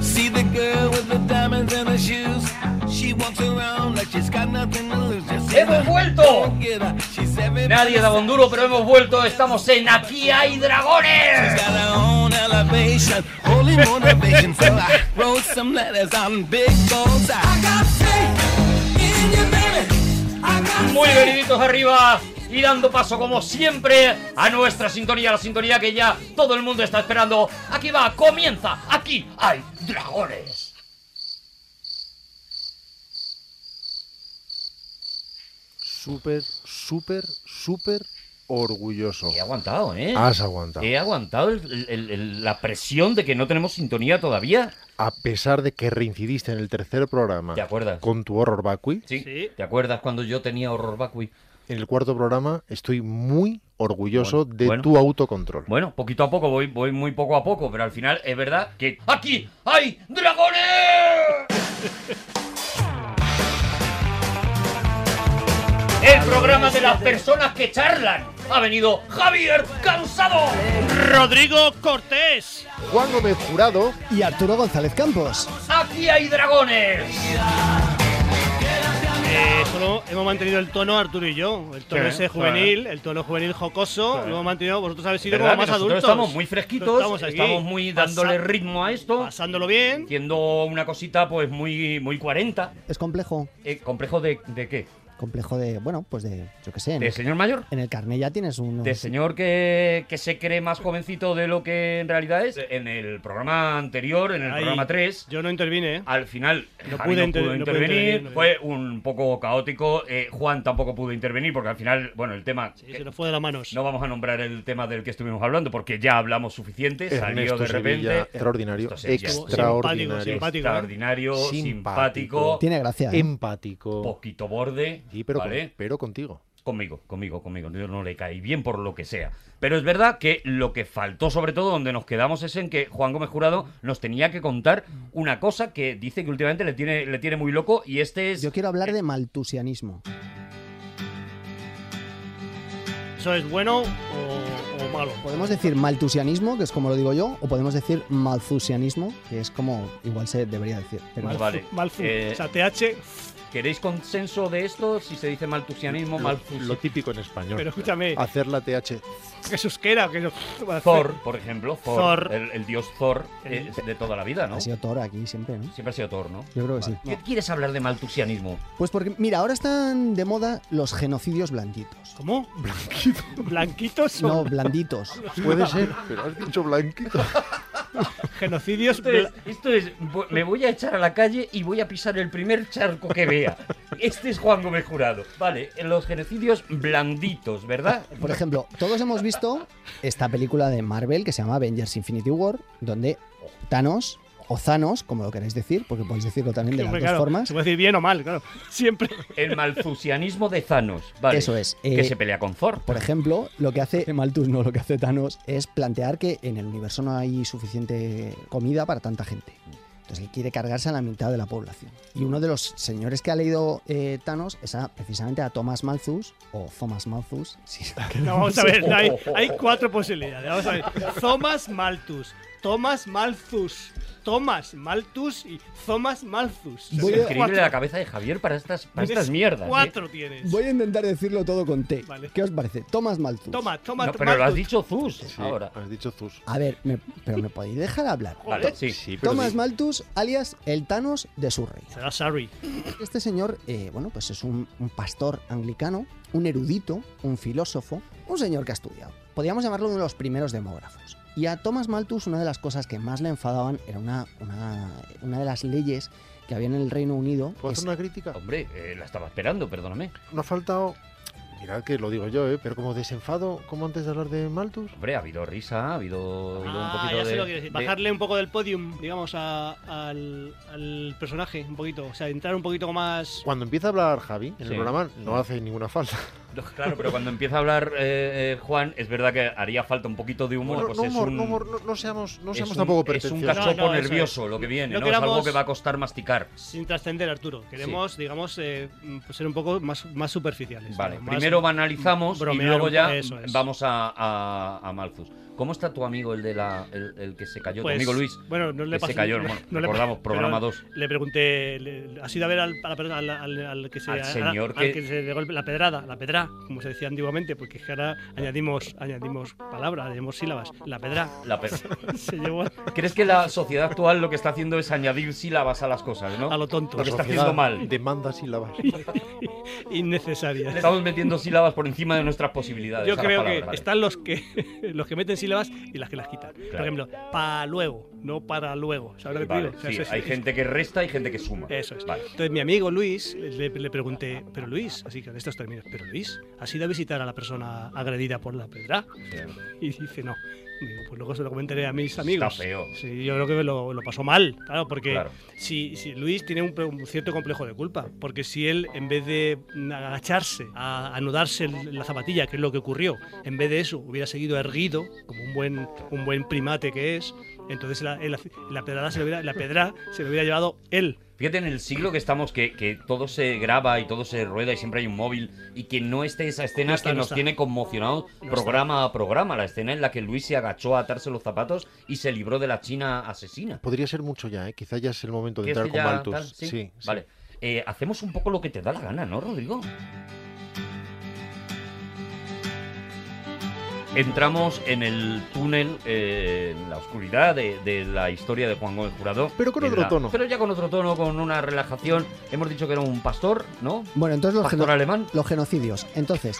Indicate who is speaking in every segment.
Speaker 1: See the girl with the diamonds and the shoes. She walks around like she's got nothing to lose. Just sit
Speaker 2: ¡Hemos
Speaker 1: down,
Speaker 2: vuelto!
Speaker 1: get her. She's every-
Speaker 2: Nadie daba un duro, pero hemos vuelto. Estamos en Aquí hay dragones.
Speaker 1: got her own elevation, holy motivation. so I wrote some letters on big goals. I got faith in you, baby. I got
Speaker 2: Muy veniditos arriba y dando paso, como siempre, a nuestra sintonía, la sintonía que ya todo el mundo está esperando. Aquí va, comienza. Aquí hay dragones.
Speaker 3: súper, súper, súper orgulloso.
Speaker 2: He aguantado, ¿eh?
Speaker 3: Has aguantado.
Speaker 2: He aguantado el- el- el- la presión de que no tenemos sintonía todavía.
Speaker 3: A pesar de que reincidiste en el tercer programa
Speaker 2: ¿Te acuerdas?
Speaker 3: con tu horror vacui,
Speaker 2: ¿Sí? ¿Te acuerdas cuando yo tenía horror vacui?
Speaker 3: en el cuarto programa estoy muy orgulloso
Speaker 2: Bueno,
Speaker 3: de
Speaker 2: bueno.
Speaker 3: tu autocontrol.
Speaker 2: Bueno, poquito a poco, voy, voy muy poco a poco, pero al final es verdad que aquí hay dragones. El programa de las personas que charlan. Ha venido Javier Cansado.
Speaker 4: Rodrigo Cortés.
Speaker 3: Juan Gómez Jurado,
Speaker 5: y Arturo González Campos.
Speaker 2: Aquí hay dragones.
Speaker 4: Eh, solo hemos mantenido el tono Arturo y yo. El tono
Speaker 2: Sí,
Speaker 4: ese
Speaker 2: claro.
Speaker 4: juvenil, el tono juvenil jocoso.
Speaker 2: Sí.
Speaker 4: Lo hemos mantenido. Vosotros habéis sido
Speaker 2: ¿Verdad
Speaker 4: como
Speaker 2: que
Speaker 4: más
Speaker 2: nosotros
Speaker 4: adultos.
Speaker 2: estamos muy fresquitos,
Speaker 4: Estamos
Speaker 2: estamos,
Speaker 4: aquí.
Speaker 2: muy
Speaker 4: pasa-
Speaker 2: dándole ritmo a esto,
Speaker 4: Pasándolo bien.
Speaker 2: haciendo una cosita pues muy muy 40.
Speaker 5: Es complejo.
Speaker 2: Eh, ¿Complejo de, de qué?
Speaker 5: Complejo de, bueno, pues de, yo qué sé. En,
Speaker 2: ¿De señor mayor?
Speaker 5: en el carnet ya tienes unos...
Speaker 2: de señor que, que se cree más jovencito de lo que en realidad es. En el programa anterior, en el
Speaker 4: Ahí.
Speaker 2: programa Ah, 3,
Speaker 4: Yo no intervine, ¿eh?
Speaker 2: al final Javi no,
Speaker 4: No
Speaker 2: pudo
Speaker 4: pude inter- no pude
Speaker 2: intervenir,
Speaker 4: intervenir, no
Speaker 2: fue un poco caótico, eh, Juan tampoco pudo intervenir porque al final, bueno, el tema...
Speaker 4: Sí,
Speaker 2: que-
Speaker 4: se nos fue de las manos.
Speaker 2: no vamos a nombrar el tema del que estuvimos hablando porque ya hablamos suficiente, salió
Speaker 3: Ernesto
Speaker 2: de repente. eh,
Speaker 3: Sevilla, extraordinario,
Speaker 2: Esto Sevilla
Speaker 4: Estuvo
Speaker 3: extraordinario,
Speaker 4: simpático, simpático. ¿eh?
Speaker 2: extraordinario, simpático,
Speaker 3: Simpático.
Speaker 5: Tiene gracia.
Speaker 3: Em-
Speaker 5: ¿eh?
Speaker 3: empático.
Speaker 2: poquito borde,
Speaker 3: Sí, pero, con-
Speaker 2: ¿vale?
Speaker 3: pero contigo.
Speaker 2: Conmigo, conmigo, conmigo. Yo no le caí bien por lo que sea. Pero es verdad que lo que faltó, sobre todo, donde nos quedamos es en que Juan Gómez Jurado nos tenía que contar una cosa que dice que últimamente le tiene, le tiene muy loco y este es...
Speaker 5: Yo quiero hablar de maltusianismo.
Speaker 4: ¿Eso es bueno o, o malo?
Speaker 5: Podemos decir maltusianismo, que es como lo digo yo, o podemos decir malthusianismo, que es como igual se debería decir. Pero
Speaker 2: Mal- vale.
Speaker 4: Malfu.
Speaker 2: Eh,
Speaker 4: O sea, TH.
Speaker 2: ¿Queréis consenso de esto? Si se dice maltusianismo,
Speaker 3: Lo
Speaker 2: malfus...
Speaker 3: típico en español.
Speaker 4: Pero eh. escúchame,
Speaker 5: Ah.
Speaker 3: Hacer la TH.
Speaker 4: que es euskera, que es-
Speaker 2: Thor, por ejemplo. Thor.
Speaker 4: Thor.
Speaker 2: El, el dios Thor
Speaker 4: El-
Speaker 2: es de toda la vida, ¿no?
Speaker 5: ha sido Thor aquí siempre, ¿no?
Speaker 2: Siempre ha sido Thor, ¿no?
Speaker 5: Yo creo que sí.
Speaker 2: ¿Qué quieres hablar de maltusianismo?
Speaker 5: Pues porque, mira, ahora están de moda los genocidios blanquitos.
Speaker 4: ¿Cómo? Blanquitos. Blanquitos o
Speaker 5: No, blanditos.
Speaker 3: Puede ser, pero has dicho blanquito.
Speaker 4: genocidios.
Speaker 2: Esto es,
Speaker 4: bla-
Speaker 2: esto es, vo- me voy a echar a la calle y voy a pisar el primer charco que vea. Este es Juan Gómez Jurado. Vale, los genocidios blanditos, ¿verdad?
Speaker 5: Por ejemplo, todos hemos visto esta película de Marvel que se llama Avengers Infinity War, donde Thanos, o Thanos, como lo queréis decir, porque podéis decirlo también de las
Speaker 4: Hombre,
Speaker 5: dos
Speaker 4: claro,
Speaker 5: formas,
Speaker 4: Se puede decir bien o mal, claro. Siempre.
Speaker 2: El malfusianismo de Thanos, ¿vale?
Speaker 5: Eso es,
Speaker 2: Que
Speaker 5: eh,
Speaker 2: se pelea con Thor.
Speaker 5: Por ejemplo, lo que hace Malthus, no lo que hace Thanos, es plantear que en el universo no hay suficiente comida para tanta gente. Entonces él quiere cargarse a la mitad de la población. Y uno de los señores que ha leído eh, Thanos es a- precisamente a Thomas Malthus, o Thomas Malthus, si
Speaker 4: No, vamos a ver, no hay, hay cuatro posibilidades. Vamos a ver. Thomas Malthus, Thomas Malthus, Thomas Malthus y Thomas Malthus.
Speaker 2: Es
Speaker 5: voy a-
Speaker 2: increíble la cabeza de Javier para estas, para estas mierdas. ¿eh?
Speaker 4: Cuatro tienes.
Speaker 5: Voy a intentar decirlo todo con T.
Speaker 4: Vale.
Speaker 5: ¿Qué os parece? Thomas Malthus.
Speaker 4: Toma, toma,
Speaker 2: No, pero lo has
Speaker 4: Malthus.
Speaker 2: dicho Zeus
Speaker 3: Sí,
Speaker 2: ahora.
Speaker 3: Has dicho Zus.
Speaker 5: A ver, me- pero me podéis dejar hablar.
Speaker 2: Vale, sí.
Speaker 3: pero
Speaker 5: Thomas
Speaker 3: sí.
Speaker 5: Malthus, alias el Thanos de su reino.
Speaker 4: Será Ah, sorry.
Speaker 5: Este señor, eh, bueno, pues es un, un pastor anglicano, un erudito, un filósofo, un señor que ha estudiado. Podríamos llamarlo uno de los primeros demógrafos. Y a Thomas Malthus una de las cosas que más le enfadaban era una, una, una de las leyes que había en el Reino
Speaker 3: ¿Puedo
Speaker 5: Unido. que
Speaker 3: hacer Pues una crítica?
Speaker 2: Hombre, eh, la estaba esperando, perdóname.
Speaker 3: No ha faltado Mirad que lo digo yo, ¿eh? Pero como desenfado, como antes de hablar de Malthus.
Speaker 2: Hombre, ha habido risa, ha habido, ha habido un
Speaker 4: Ah,
Speaker 2: poquito
Speaker 4: ya
Speaker 2: de,
Speaker 4: sé lo que quieres decir.
Speaker 2: de-
Speaker 4: Bajarle un poco del podium, digamos, a- al, al personaje, un poquito. O sea, entrar un poquito más.
Speaker 3: Cuando empieza a hablar Javi en
Speaker 2: Sí.
Speaker 3: el programa, no hace ninguna falta.
Speaker 2: No, Claro, pero cuando empieza a hablar eh, eh, Juan, es verdad que haría falta un poquito de humor.
Speaker 3: No,
Speaker 2: pues
Speaker 3: no,
Speaker 2: es
Speaker 3: humor,
Speaker 2: un,
Speaker 3: no, humor, no- no seamos, no
Speaker 2: es
Speaker 3: seamos
Speaker 2: un-
Speaker 3: tampoco
Speaker 2: es un
Speaker 3: pretenciosos.
Speaker 2: cachopo
Speaker 4: No, no, eso
Speaker 2: nervioso
Speaker 4: es.
Speaker 2: lo que viene,
Speaker 4: No
Speaker 2: ¿no? Es algo
Speaker 4: queramos-
Speaker 2: que va a costar masticar.
Speaker 4: Sin trascender, Arturo. Queremos, digamos, eh, pues ser un poco más, más superficiales.
Speaker 2: Vale,
Speaker 4: ¿no? Más
Speaker 2: primero banalizamos y
Speaker 4: bromear
Speaker 2: luego
Speaker 4: un-
Speaker 2: ya
Speaker 4: eso es.
Speaker 2: vamos a, a, a Malthus. ¿Cómo está tu amigo, el de la, el, el que se cayó?
Speaker 4: Pues,
Speaker 2: tu amigo Luis.
Speaker 4: Bueno, no le
Speaker 2: que se
Speaker 4: pasé-
Speaker 2: cayó, hermano.
Speaker 4: no le-
Speaker 2: Recordamos, programa
Speaker 4: pero
Speaker 2: 2.
Speaker 4: Le pregunté, le- ¿has ido a ver al, a la persona- al- al- al que se,
Speaker 2: Al
Speaker 4: a-
Speaker 2: señor
Speaker 4: al
Speaker 2: que-
Speaker 4: se de golpe- la pedrada, la pedra, como se decía antiguamente, porque es que ahora añadimos, añadimos palabras, añadimos sílabas, la pedra.
Speaker 2: La per-
Speaker 4: Se llevó
Speaker 2: ¿Crees que la sociedad actual lo que está haciendo es añadir sílabas a las cosas, no?
Speaker 4: a lo tonto,
Speaker 2: Lo que está
Speaker 3: sociedad
Speaker 2: haciendo mal.
Speaker 3: Demanda sílabas.
Speaker 2: Le
Speaker 4: innecesaria.
Speaker 2: Estamos metiendo sílabas por encima de nuestras posibilidades.
Speaker 4: Yo
Speaker 2: a las
Speaker 4: creo que
Speaker 2: palabras, vale.
Speaker 4: están los que los que meten sílabas y las que las quitan. Por
Speaker 2: Claro.
Speaker 4: ejemplo, pa luego, no para luego. ¿Sabes lo que te
Speaker 2: Vale,
Speaker 4: digo? O sea,
Speaker 2: sí,
Speaker 4: es-
Speaker 2: hay
Speaker 4: es-
Speaker 2: gente que resta y gente que suma.
Speaker 4: Eso es.
Speaker 2: Vale.
Speaker 4: Entonces mi amigo Luis le, le pregunté, pero Luis, así que en estos términos, pero Luis, ¿has ido a visitar a la persona agredida por la pedra? Y dice, no. Digo, pues luego se lo comentaré a mis amigos.
Speaker 2: feo.
Speaker 4: Sí, yo creo que lo, lo pasó mal, claro, porque
Speaker 2: Claro.
Speaker 4: Si, si Luis tiene un, pre- un cierto complejo de culpa, porque si él, en vez de mm, agacharse, a anudarse el- la zapatilla, que es lo que ocurrió, en vez de eso hubiera seguido erguido, como un buen, un buen primate que es, entonces la, el- la pedrada se lo hubiera, la pedra se lo hubiera llevado él.
Speaker 2: Fíjate en el siglo que estamos, que, que todo se graba y todo se rueda y siempre hay un móvil y que no esté esa escena
Speaker 4: No está,
Speaker 2: que
Speaker 4: no
Speaker 2: nos
Speaker 4: está.
Speaker 2: tiene conmocionados
Speaker 4: No
Speaker 2: programa a programa, la escena en la que Luis se agachó a atarse los zapatos y se libró de la China asesina.
Speaker 3: Podría ser mucho ya, ¿eh? Quizá ya es el momento de
Speaker 2: ¿Quieres
Speaker 3: entrar
Speaker 2: que
Speaker 3: con
Speaker 2: ya
Speaker 3: Malthus.
Speaker 2: tal?
Speaker 3: Sí, sí.
Speaker 2: Vale. Eh, hacemos un poco lo que te da la gana, ¿no, Rodrigo? Entramos en el túnel, eh, en la oscuridad de, de la historia de Juan Gómez Jurado.
Speaker 3: Pero con
Speaker 2: De
Speaker 3: otro
Speaker 2: la-
Speaker 3: tono.
Speaker 2: Pero ya con otro tono, con una relajación. Hemos dicho que era un pastor, ¿no?
Speaker 5: Bueno, entonces los,
Speaker 2: Pastor
Speaker 5: geno-
Speaker 2: alemán.
Speaker 5: los genocidios. Entonces,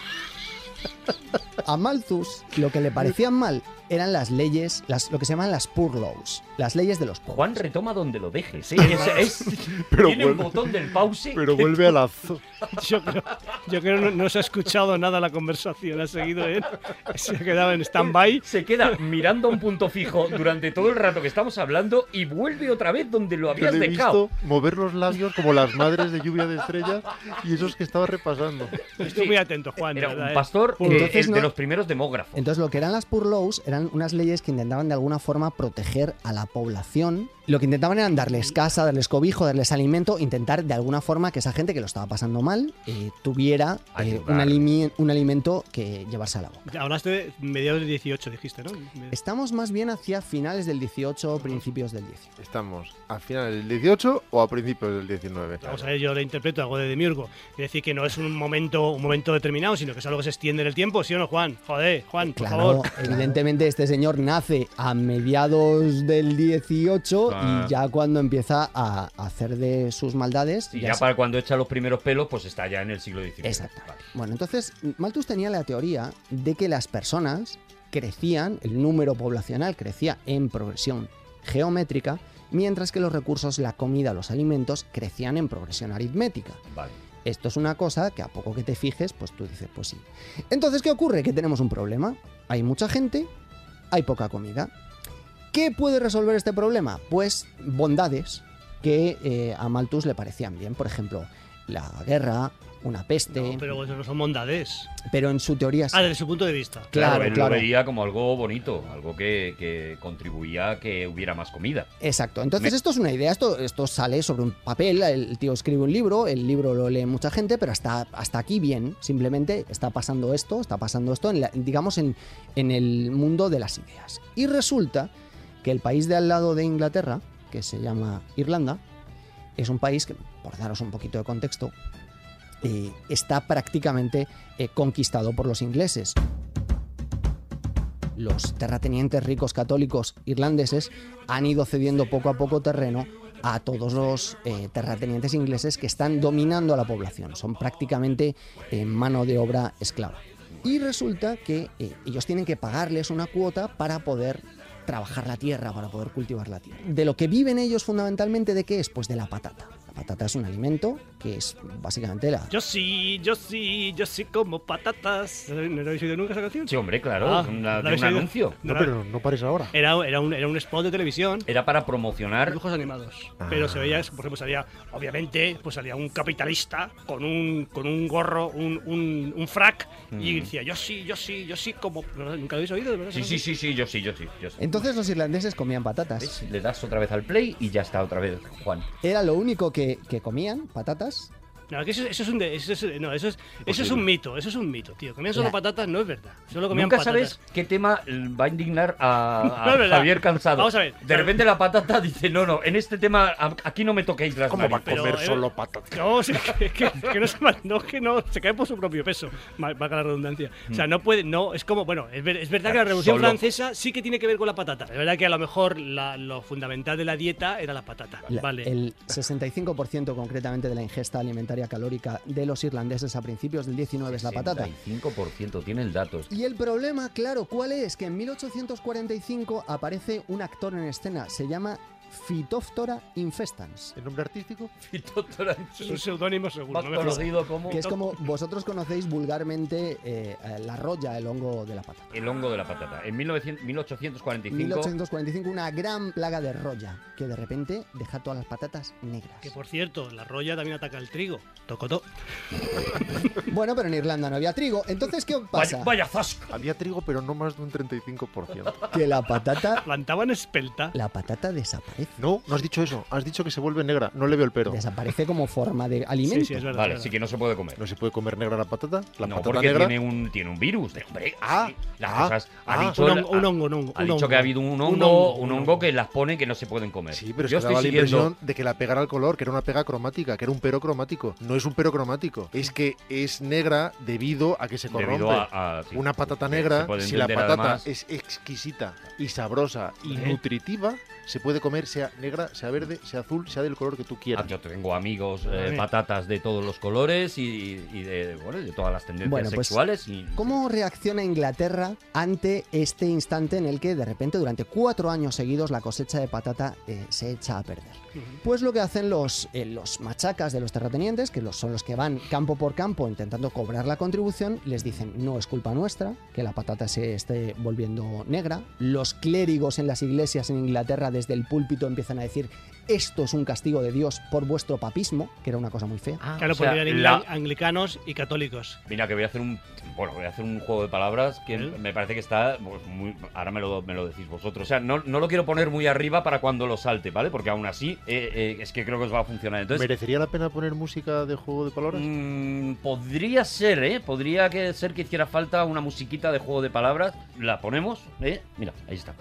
Speaker 5: a Malthus lo que le parecían mal eran las leyes, las, lo que se llaman las poor laws, las leyes de los pobres.
Speaker 2: Juan retoma donde lo dejes, ¿eh? Es- es-
Speaker 3: Pero
Speaker 2: tiene
Speaker 3: vuelve-
Speaker 2: un botón del pause.
Speaker 3: Pero vuelve a la... zo-
Speaker 4: Yo creo, yo creo no, no se ha escuchado nada la conversación, ha seguido él, se ha quedado en stand-by.
Speaker 2: Se queda mirando a un punto fijo durante todo el rato que estamos hablando y vuelve otra vez donde lo
Speaker 3: Yo
Speaker 2: habías
Speaker 3: le he
Speaker 2: dejado.
Speaker 3: visto mover los labios como las madres de lluvia de estrellas y esos que estaba repasando.
Speaker 4: Estoy muy atento, Juan. de
Speaker 2: Era
Speaker 4: verdad,
Speaker 2: un
Speaker 4: ¿eh?
Speaker 2: pastor que
Speaker 5: Entonces
Speaker 2: es de
Speaker 5: no-
Speaker 2: los primeros demógrafos.
Speaker 5: Entonces lo que eran las poor laws eran unas leyes que intentaban de alguna forma proteger a la población. Lo que intentaban eran darles casa, darles cobijo, darles alimento, intentar de alguna forma que esa gente que lo estaba pasando mal eh, tuviera eh, un,
Speaker 2: Ayudar.
Speaker 5: alimi- un alimento que llevarse a la boca.
Speaker 4: Hablaste de mediados del 18, dijiste, ¿no?
Speaker 5: Estamos más bien hacia finales del 18, principios del 18.
Speaker 3: Estamos a finales del 18 o a principios del 19.
Speaker 4: Vamos a ver, yo lo interpreto, hago de Demiurgo. Quiere decir que no es un momento, un momento determinado, sino que es algo que se extiende en el tiempo, ¿sí o no, Juan? Joder, Juan, por
Speaker 5: Claro,
Speaker 4: favor.
Speaker 5: evidentemente este señor nace a mediados del 18
Speaker 2: Ah.
Speaker 5: y ya cuando empieza a hacer de sus maldades...
Speaker 2: Y
Speaker 5: ya
Speaker 2: ya
Speaker 5: se-
Speaker 2: para cuando echa los primeros pelos, pues está ya en el siglo XIX.
Speaker 5: Exactamente.
Speaker 2: Vale.
Speaker 5: Bueno, entonces Malthus tenía la teoría de que las personas crecían, el número poblacional crecía en progresión geométrica, mientras que los recursos, la comida, los alimentos, crecían en progresión aritmética.
Speaker 2: Vale.
Speaker 5: Esto es una cosa que a poco que te fijes, pues tú dices, pues sí. Entonces, ¿qué ocurre? Que tenemos un problema. Hay mucha gente, hay poca comida. ¿Qué puede resolver este problema? Pues bondades que eh, a Malthus le parecían bien. Por ejemplo, la guerra, una peste.
Speaker 4: No,
Speaker 5: pero...
Speaker 4: pero eso no son bondades.
Speaker 5: en su teoría sí.
Speaker 4: Ah, desde su punto de vista.
Speaker 2: Claro,
Speaker 5: Claro,
Speaker 2: él
Speaker 5: claro.
Speaker 2: lo veía como algo bonito, algo que, que contribuía a que hubiera más comida.
Speaker 5: Exacto. Entonces,
Speaker 2: Me-
Speaker 5: esto es una idea, esto, esto sale sobre un papel, el tío escribe un libro, el libro lo lee mucha gente, pero hasta, hasta aquí bien, simplemente está pasando esto, está pasando esto, en la- digamos, en, en el mundo de las ideas. Y resulta que el país de al lado de Inglaterra, que se llama Irlanda, es un país que, por daros un poquito de contexto, eh, está prácticamente eh, conquistado por los ingleses. Los terratenientes ricos católicos irlandeses han ido cediendo poco a poco terreno a todos los eh, terratenientes ingleses que están dominando a la población. Son prácticamente eh, mano de obra esclava. Y resulta que eh, ellos tienen que pagarles una cuota para poder trabajar la tierra, para poder cultivar la tierra. De lo que viven ellos fundamentalmente, ¿de qué es? Pues de la patata. La patata es un alimento que es básicamente la...
Speaker 4: Yo sí, yo sí, yo sí como patatas. ¿No habéis oído nunca esa canción?
Speaker 2: Sí, hombre, claro,
Speaker 4: Ah,
Speaker 2: de
Speaker 4: ¿no
Speaker 2: una- de
Speaker 4: habéis
Speaker 2: un
Speaker 4: oído?
Speaker 2: anuncio.
Speaker 3: No,
Speaker 4: era-
Speaker 3: pero no pares ahora.
Speaker 4: Era, era, un, era un spot de televisión.
Speaker 2: Era para promocionar
Speaker 4: Dibujos animados. Pero se veía, por ejemplo, salía, obviamente, pues salía un capitalista con un, con un gorro, un, un, un frac, y decía, yo sí, yo sí, yo sí, como. ¿Nunca lo habéis oído? de verdad?
Speaker 2: Mm. Sí, sí, sí, sí, yo sí, yo sí. Yo sí.
Speaker 5: Entonces los irlandeses comían patatas.
Speaker 2: ¿Ves? Le das otra vez al play y ya está otra vez, Juan.
Speaker 5: Era lo único que, que comían, patatas.
Speaker 4: No, que eso, eso es un, de- eso es- no, eso es, eso es
Speaker 2: Imposible.
Speaker 4: un mito, eso es un mito, tío. Comían solo
Speaker 5: La-
Speaker 4: patatas no es verdad. Solo comían
Speaker 2: Nunca
Speaker 4: patatas.
Speaker 2: sabes qué tema va a indignar a, a
Speaker 4: No es verdad.
Speaker 2: Javier Cansado.
Speaker 4: Vamos a ver.
Speaker 2: De repente la patata dice, no, no, en este tema a- aquí no me toquéis las
Speaker 3: ¿Cómo va a
Speaker 2: narices".
Speaker 4: pero,
Speaker 3: comer
Speaker 4: eh,
Speaker 3: solo patatas?
Speaker 4: No, sí, que, que- que no se mal- no, que no, se cae por su propio peso, mal- valga la redundancia. O sea, no puede, no, es como, bueno, es, ver- es verdad que la Revolución
Speaker 2: Solo.
Speaker 4: Francesa sí que tiene que ver con la patata. Es verdad que a lo mejor la- lo fundamental de la dieta era la patata.
Speaker 5: La-
Speaker 4: vale.
Speaker 5: El 65% concretamente de la ingesta alimentaria calórica de los irlandeses a principios del 19 es la patata.
Speaker 2: 65% tiene el dato.
Speaker 5: Y el problema, claro, ¿cuál es? Que en 1845 aparece un actor en escena, se llama Phytophthora infestans.
Speaker 3: ¿El nombre artístico?
Speaker 4: Es un seudónimo seguro.
Speaker 2: Más
Speaker 4: no me jodas.
Speaker 2: conocido como
Speaker 5: Que es como vosotros conocéis vulgarmente eh, la roya, el hongo de la patata.
Speaker 2: el hongo de la patata. En 1900 1845
Speaker 5: 1845 una gran plaga de roya que de repente deja todas las patatas negras.
Speaker 4: Que por cierto, la roya también ataca el trigo. Tocotó.
Speaker 5: Bueno, pero en Irlanda no había trigo. Entonces, ¿qué pasa?
Speaker 2: Vaya, vaya zasca.
Speaker 3: Había trigo, pero no más de un 35%.
Speaker 5: Que la patata,
Speaker 4: Plantaban espelta.
Speaker 5: la patata desaparece.
Speaker 3: No, no has dicho eso. Has dicho que se vuelve negra. No le veo el pero.
Speaker 5: Desaparece como forma de alimento.
Speaker 4: Sí, sí, es verdad.
Speaker 2: Vale,
Speaker 4: es
Speaker 2: sí
Speaker 4: verdad.
Speaker 2: que no se puede comer.
Speaker 3: ¿No se puede comer negra la patata? ¿La
Speaker 2: no,
Speaker 3: patata
Speaker 2: porque
Speaker 3: negra?
Speaker 2: tiene un tiene un virus, de- hombre.
Speaker 3: Ah,
Speaker 2: sí, las
Speaker 3: ah,
Speaker 2: cosas ha
Speaker 3: ah.
Speaker 2: dicho
Speaker 4: Un
Speaker 2: la-
Speaker 4: hongo, un hongo, un hongo,
Speaker 2: ha
Speaker 4: un
Speaker 2: dicho
Speaker 4: hongo.
Speaker 2: que ha habido un
Speaker 4: Un
Speaker 2: hongo, un hongo,
Speaker 4: hongo, un hongo.
Speaker 2: que las pone que no se pueden comer.
Speaker 3: Sí, pero es
Speaker 2: Yo
Speaker 3: que
Speaker 2: estoy
Speaker 3: daba la
Speaker 2: siguiendo
Speaker 3: impresión de que la pegara al color, que era una pega cromática, que era un pero cromático. No es un pero cromático. Es que es negra debido a que se corrompe.
Speaker 2: debido a, a- sí.
Speaker 3: Una patata
Speaker 2: Se- se
Speaker 3: negra,
Speaker 2: puede
Speaker 3: si la
Speaker 2: entender,
Speaker 3: patata
Speaker 2: además, ah,
Speaker 3: es exquisita y sabrosa y
Speaker 2: ¿Eh?
Speaker 3: nutritiva, se puede comer sea negra, sea verde, sea azul, sea del color que tú quieras.
Speaker 2: Ah, yo tengo amigos eh,
Speaker 4: Madre.
Speaker 2: patatas de todos los colores y, y de, bueno, de todas las tendencias
Speaker 5: Bueno, pues,
Speaker 2: sexuales. y-
Speaker 5: ¿Cómo reacciona Inglaterra ante este instante en el que de repente durante cuatro años seguidos la cosecha de patata eh, se echa a perder? Pues lo que hacen los, eh, los machacas de los terratenientes, que los, son los que van campo por campo intentando cobrar la contribución, les dicen no es culpa nuestra que la patata se esté volviendo negra. Los clérigos en las iglesias en Inglaterra desde el púlpito empiezan a decir esto es un castigo de Dios por vuestro papismo, que era una cosa muy fea.
Speaker 2: Ah,
Speaker 4: Claro,
Speaker 2: o sea,
Speaker 4: porque eran
Speaker 2: la-
Speaker 4: anglicanos y católicos.
Speaker 2: Mira, que voy a hacer un. Bueno, voy a hacer un juego de palabras que
Speaker 4: ¿Eh?
Speaker 2: me parece que está. pues, muy, ahora me lo, me lo decís vosotros. O sea, no, no lo quiero poner muy arriba para cuando lo salte, ¿vale? Porque aún así eh, eh, es que creo que os va a funcionar. Entonces.
Speaker 3: ¿Merecería la pena poner música de juego de palabras?
Speaker 2: mm, podría ser, ¿eh? Podría que ser que hiciera falta una musiquita de juego de palabras. La ponemos, ¿eh? Mira, ahí está.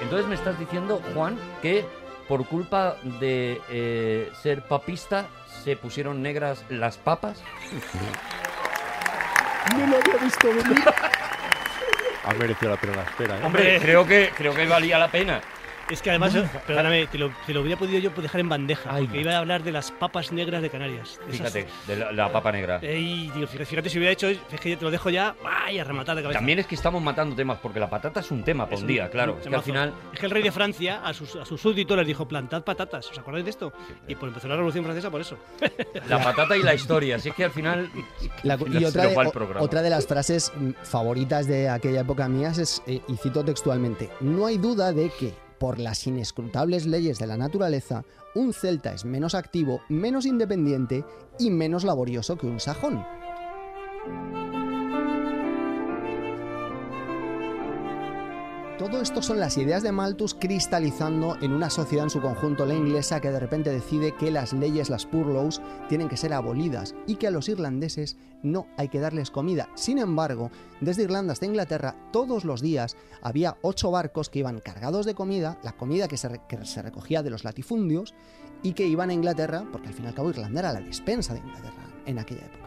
Speaker 2: Entonces me estás diciendo, Juan, que por culpa de eh, ser papista se pusieron negras las papas.
Speaker 5: No lo había visto venir.
Speaker 3: Ha merecido la pena la espera, ¿eh?
Speaker 2: Hombre, creo que, creo que valía la pena.
Speaker 4: Es que además, perdóname, te lo, te lo hubiera podido yo dejar en bandeja,
Speaker 2: Ay,
Speaker 4: porque
Speaker 2: no.
Speaker 4: iba a hablar de las papas negras de Canarias. De esas-
Speaker 2: Fíjate, de la, la papa negra.
Speaker 4: Ey, digo, fíjate, fíjate si hubiera hecho, es que ya te lo dejo ya, vaya, a rematar de cabeza.
Speaker 2: También es que estamos matando temas, porque la patata es un tema por
Speaker 4: Es un-
Speaker 2: día, claro.
Speaker 4: un
Speaker 2: Es que al
Speaker 4: temazo.
Speaker 2: final.
Speaker 4: Es que el rey de Francia a sus, a sus súbditos les dijo, plantad patatas, ¿os acordáis de esto? Y pues empezó la Revolución Francesa por eso.
Speaker 2: La patata y la historia. Si es que al final.
Speaker 5: La-
Speaker 2: al final
Speaker 5: y
Speaker 2: se
Speaker 5: otra
Speaker 2: nos
Speaker 5: de,
Speaker 2: va el
Speaker 5: o-
Speaker 2: programa.
Speaker 5: otra de las frases mm, favoritas de aquella época mías es, eh, y cito textualmente, no hay duda de que, por las inescrutables leyes de la naturaleza, un celta es menos activo, menos independiente y menos laborioso que un sajón. Todo esto son las ideas de Malthus cristalizando en una sociedad en su conjunto, la inglesa, que de repente decide que las leyes, las purlows, tienen que ser abolidas y que a los irlandeses no hay que darles comida. Sin embargo, desde Irlanda hasta Inglaterra, todos los días había ocho barcos que iban cargados de comida, la comida que se, re- que se recogía de los latifundios, y que iban a Inglaterra, porque al fin y al cabo Irlanda era la despensa de Inglaterra en aquella época.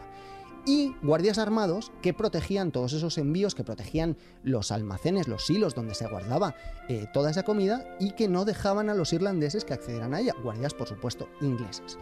Speaker 5: Y guardias armados que protegían todos esos envíos, que protegían los almacenes, los silos donde se guardaba eh, toda esa comida y que no dejaban a los irlandeses que accedieran a ella. Guardias, por supuesto, ingleses.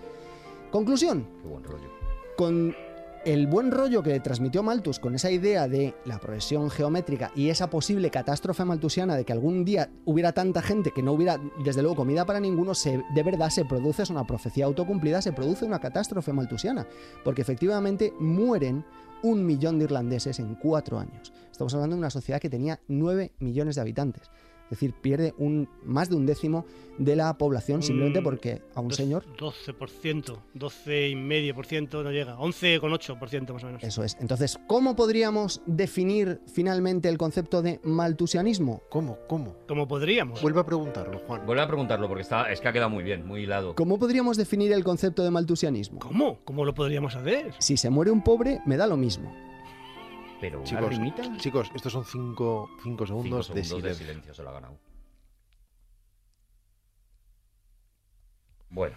Speaker 5: Conclusión,
Speaker 2: Qué buen rollo.
Speaker 5: con El buen rollo que transmitió Malthus con esa idea de la progresión geométrica y esa posible catástrofe maltusiana de que algún día hubiera tanta gente que no hubiera, desde luego, comida para ninguno, se, de verdad se produce, es una profecía autocumplida, se produce una catástrofe maltusiana, porque efectivamente mueren un millón de irlandeses en cuatro años. Estamos hablando de una sociedad que tenía nueve millones de habitantes. Es decir, pierde un, más de un décimo de la población simplemente
Speaker 4: Mm,
Speaker 5: porque a un
Speaker 4: Dos-
Speaker 5: señor
Speaker 4: 12%, 12,5% no llega, 11,8% más o menos.
Speaker 5: Eso es. Entonces, ¿cómo podríamos definir finalmente el concepto de maltusianismo?
Speaker 3: ¿Cómo? ¿Cómo?
Speaker 4: Como podríamos.
Speaker 3: Vuelve a preguntarlo, Juan.
Speaker 2: Vuelve a preguntarlo porque está, es que ha quedado muy bien, muy hilado.
Speaker 5: ¿Cómo podríamos definir el concepto de maltusianismo?
Speaker 4: ¿Cómo? ¿Cómo lo podríamos hacer?
Speaker 5: Si se muere un pobre, me da lo mismo.
Speaker 2: Pero una
Speaker 3: Chicos,
Speaker 2: rimita.
Speaker 3: chicos, estos son 5 cinco, cinco
Speaker 2: Cinco
Speaker 3: segundos, de
Speaker 2: segundos de
Speaker 3: silencio.
Speaker 2: silencio se lo ha ganado. Bueno,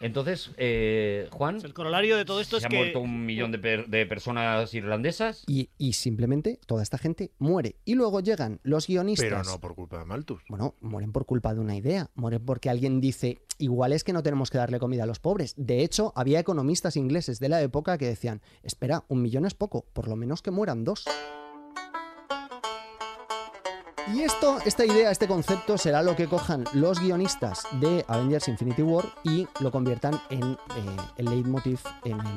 Speaker 2: entonces, eh, Juan,
Speaker 4: El corolario de todo esto
Speaker 2: se
Speaker 4: es
Speaker 2: han
Speaker 4: que.
Speaker 2: muerto un millón de, per- de personas irlandesas.
Speaker 5: Y, y simplemente toda esta gente muere. Y luego llegan los guionistas.
Speaker 3: Pero no por culpa de Malthus.
Speaker 5: Bueno, mueren por culpa de una idea. Mueren porque alguien dice, igual es que no tenemos que darle comida a los pobres. De hecho, había economistas ingleses de la época que decían, espera, un millón es poco, por lo menos que mueran dos. Y esto, esta idea, este concepto será lo que cojan los guionistas de Avengers Infinity War y lo conviertan en eh, el leitmotiv, en el,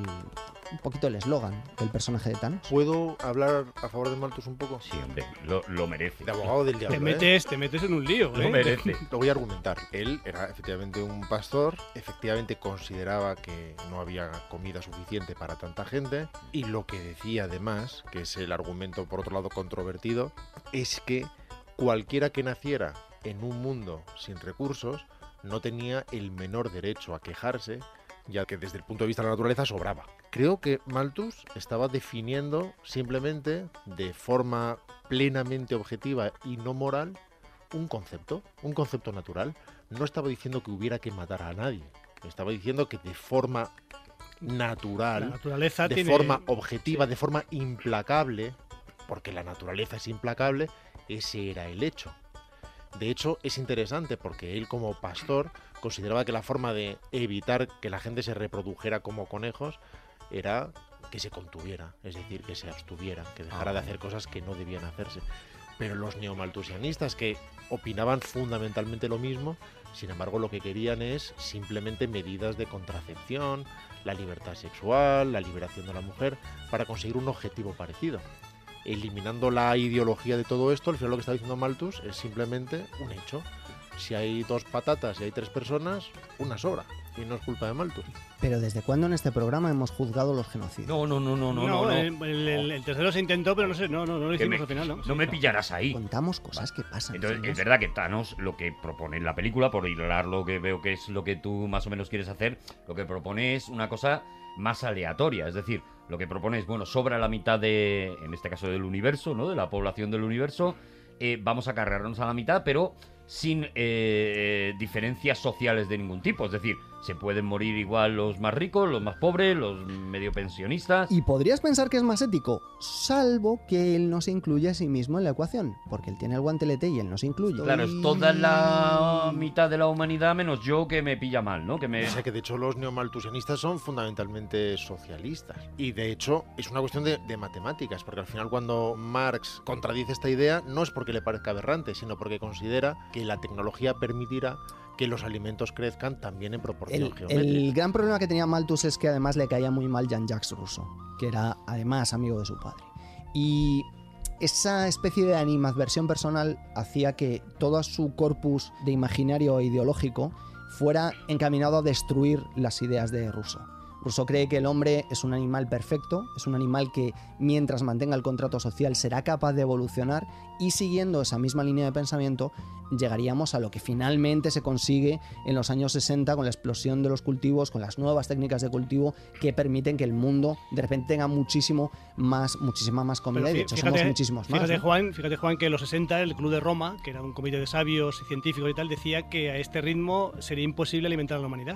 Speaker 5: un poquito el eslogan del personaje de Thanos.
Speaker 3: ¿Puedo hablar a favor de Malthus un poco?
Speaker 2: Sí, hombre, lo, lo merece.
Speaker 3: De abogado del
Speaker 4: Te
Speaker 3: diablo. ¿eh?
Speaker 4: metes, te metes en un lío,
Speaker 2: Lo
Speaker 4: ¿eh?
Speaker 2: merece.
Speaker 3: Lo voy a argumentar. Él era efectivamente un pastor, efectivamente consideraba que no había comida suficiente para tanta gente y lo que decía además, que es el argumento por otro lado controvertido, es que cualquiera que naciera en un mundo sin recursos no tenía el menor derecho a quejarse ya que desde el punto de vista de la naturaleza sobraba. Creo que Malthus estaba definiendo simplemente de forma plenamente objetiva y no moral un concepto, un concepto natural. No estaba diciendo que hubiera que matar a nadie. Estaba diciendo que de forma
Speaker 4: La
Speaker 3: natural,
Speaker 4: naturaleza
Speaker 3: de
Speaker 4: tiene.
Speaker 3: forma objetiva, de forma implacable, porque la naturaleza es implacable, ese era el hecho. De hecho, es interesante porque él como pastor consideraba que la forma de evitar que la gente se reprodujera como conejos era que se contuviera, es decir, que se abstuviera, que dejara de hacer cosas que no debían hacerse. Pero los neomaltusianistas, que opinaban fundamentalmente lo mismo, sin embargo lo que querían es simplemente medidas de contracepción, la libertad sexual, la liberación de la mujer, para conseguir un objetivo parecido. Eliminando la ideología de todo esto, al final lo que está diciendo Malthus es simplemente un hecho. Si hay dos patatas y hay tres personas, una sobra. Y no es culpa de Malthus.
Speaker 5: Pero ¿desde cuándo en este programa hemos juzgado los genocidios?
Speaker 2: No, no, no, no, no, no.
Speaker 4: No, eh.
Speaker 2: no.
Speaker 4: El, el- el tercero se intentó, pero no sé, no, no, no lo
Speaker 2: Que
Speaker 4: hicimos
Speaker 2: me-
Speaker 4: al final, ¿no?
Speaker 2: no me pillarás ahí.
Speaker 5: Contamos cosas que pasan.
Speaker 2: Entonces,
Speaker 5: señor.
Speaker 2: es verdad que Thanos lo que propone en la película, por hilar lo que veo que es lo que tú más o menos quieres hacer, lo que propone es una cosa más aleatoria. Es decir, lo que propone es, bueno, sobra la mitad de, en este caso del universo, ¿no? De la población del universo, eh, vamos a cargarnos a la mitad, pero sin eh, diferencias sociales de ningún tipo. Es decir, se pueden morir igual los más ricos, los más pobres, los medio pensionistas.
Speaker 5: Y podrías pensar que es más ético, salvo que él no se incluye a sí mismo en la ecuación, porque él tiene el guantelete y él no se incluye.
Speaker 2: Claro, es toda la mitad de la humanidad menos yo que me pilla mal, ¿no? Que me...
Speaker 3: O sea que de hecho los neomaltusianistas son fundamentalmente socialistas. Y de hecho es una cuestión de, de matemáticas, porque al final cuando Marx contradice esta idea no es porque le parezca aberrante, sino porque considera que la tecnología permitirá que los alimentos crezcan también en proporción
Speaker 5: El,
Speaker 3: geométrica.
Speaker 5: el gran problema que tenía Malthus es que además le caía muy mal Jean-Jacques Rousseau, que era además amigo de su padre. Y esa especie de animadversión personal hacía que todo su corpus de imaginario e ideológico fuera encaminado a destruir las ideas de Rousseau. Rousseau cree que el hombre es un animal perfecto, es un animal que mientras mantenga el contrato social será capaz de evolucionar y siguiendo esa misma línea de pensamiento llegaríamos a lo que finalmente se consigue en los años 60 con la explosión de los cultivos, con las nuevas técnicas de cultivo que permiten que el mundo de repente tenga muchísimo más, muchísima más comida
Speaker 4: Pero
Speaker 5: y de
Speaker 4: fí-
Speaker 5: hecho somos muchísimos más. ¿eh?
Speaker 4: fíjate,
Speaker 5: ¿no?
Speaker 4: Juan, fíjate, Juan, que en los 60 el Club de Roma, que era un comité de sabios y científicos y tal, decía que a este ritmo sería imposible alimentar a la humanidad.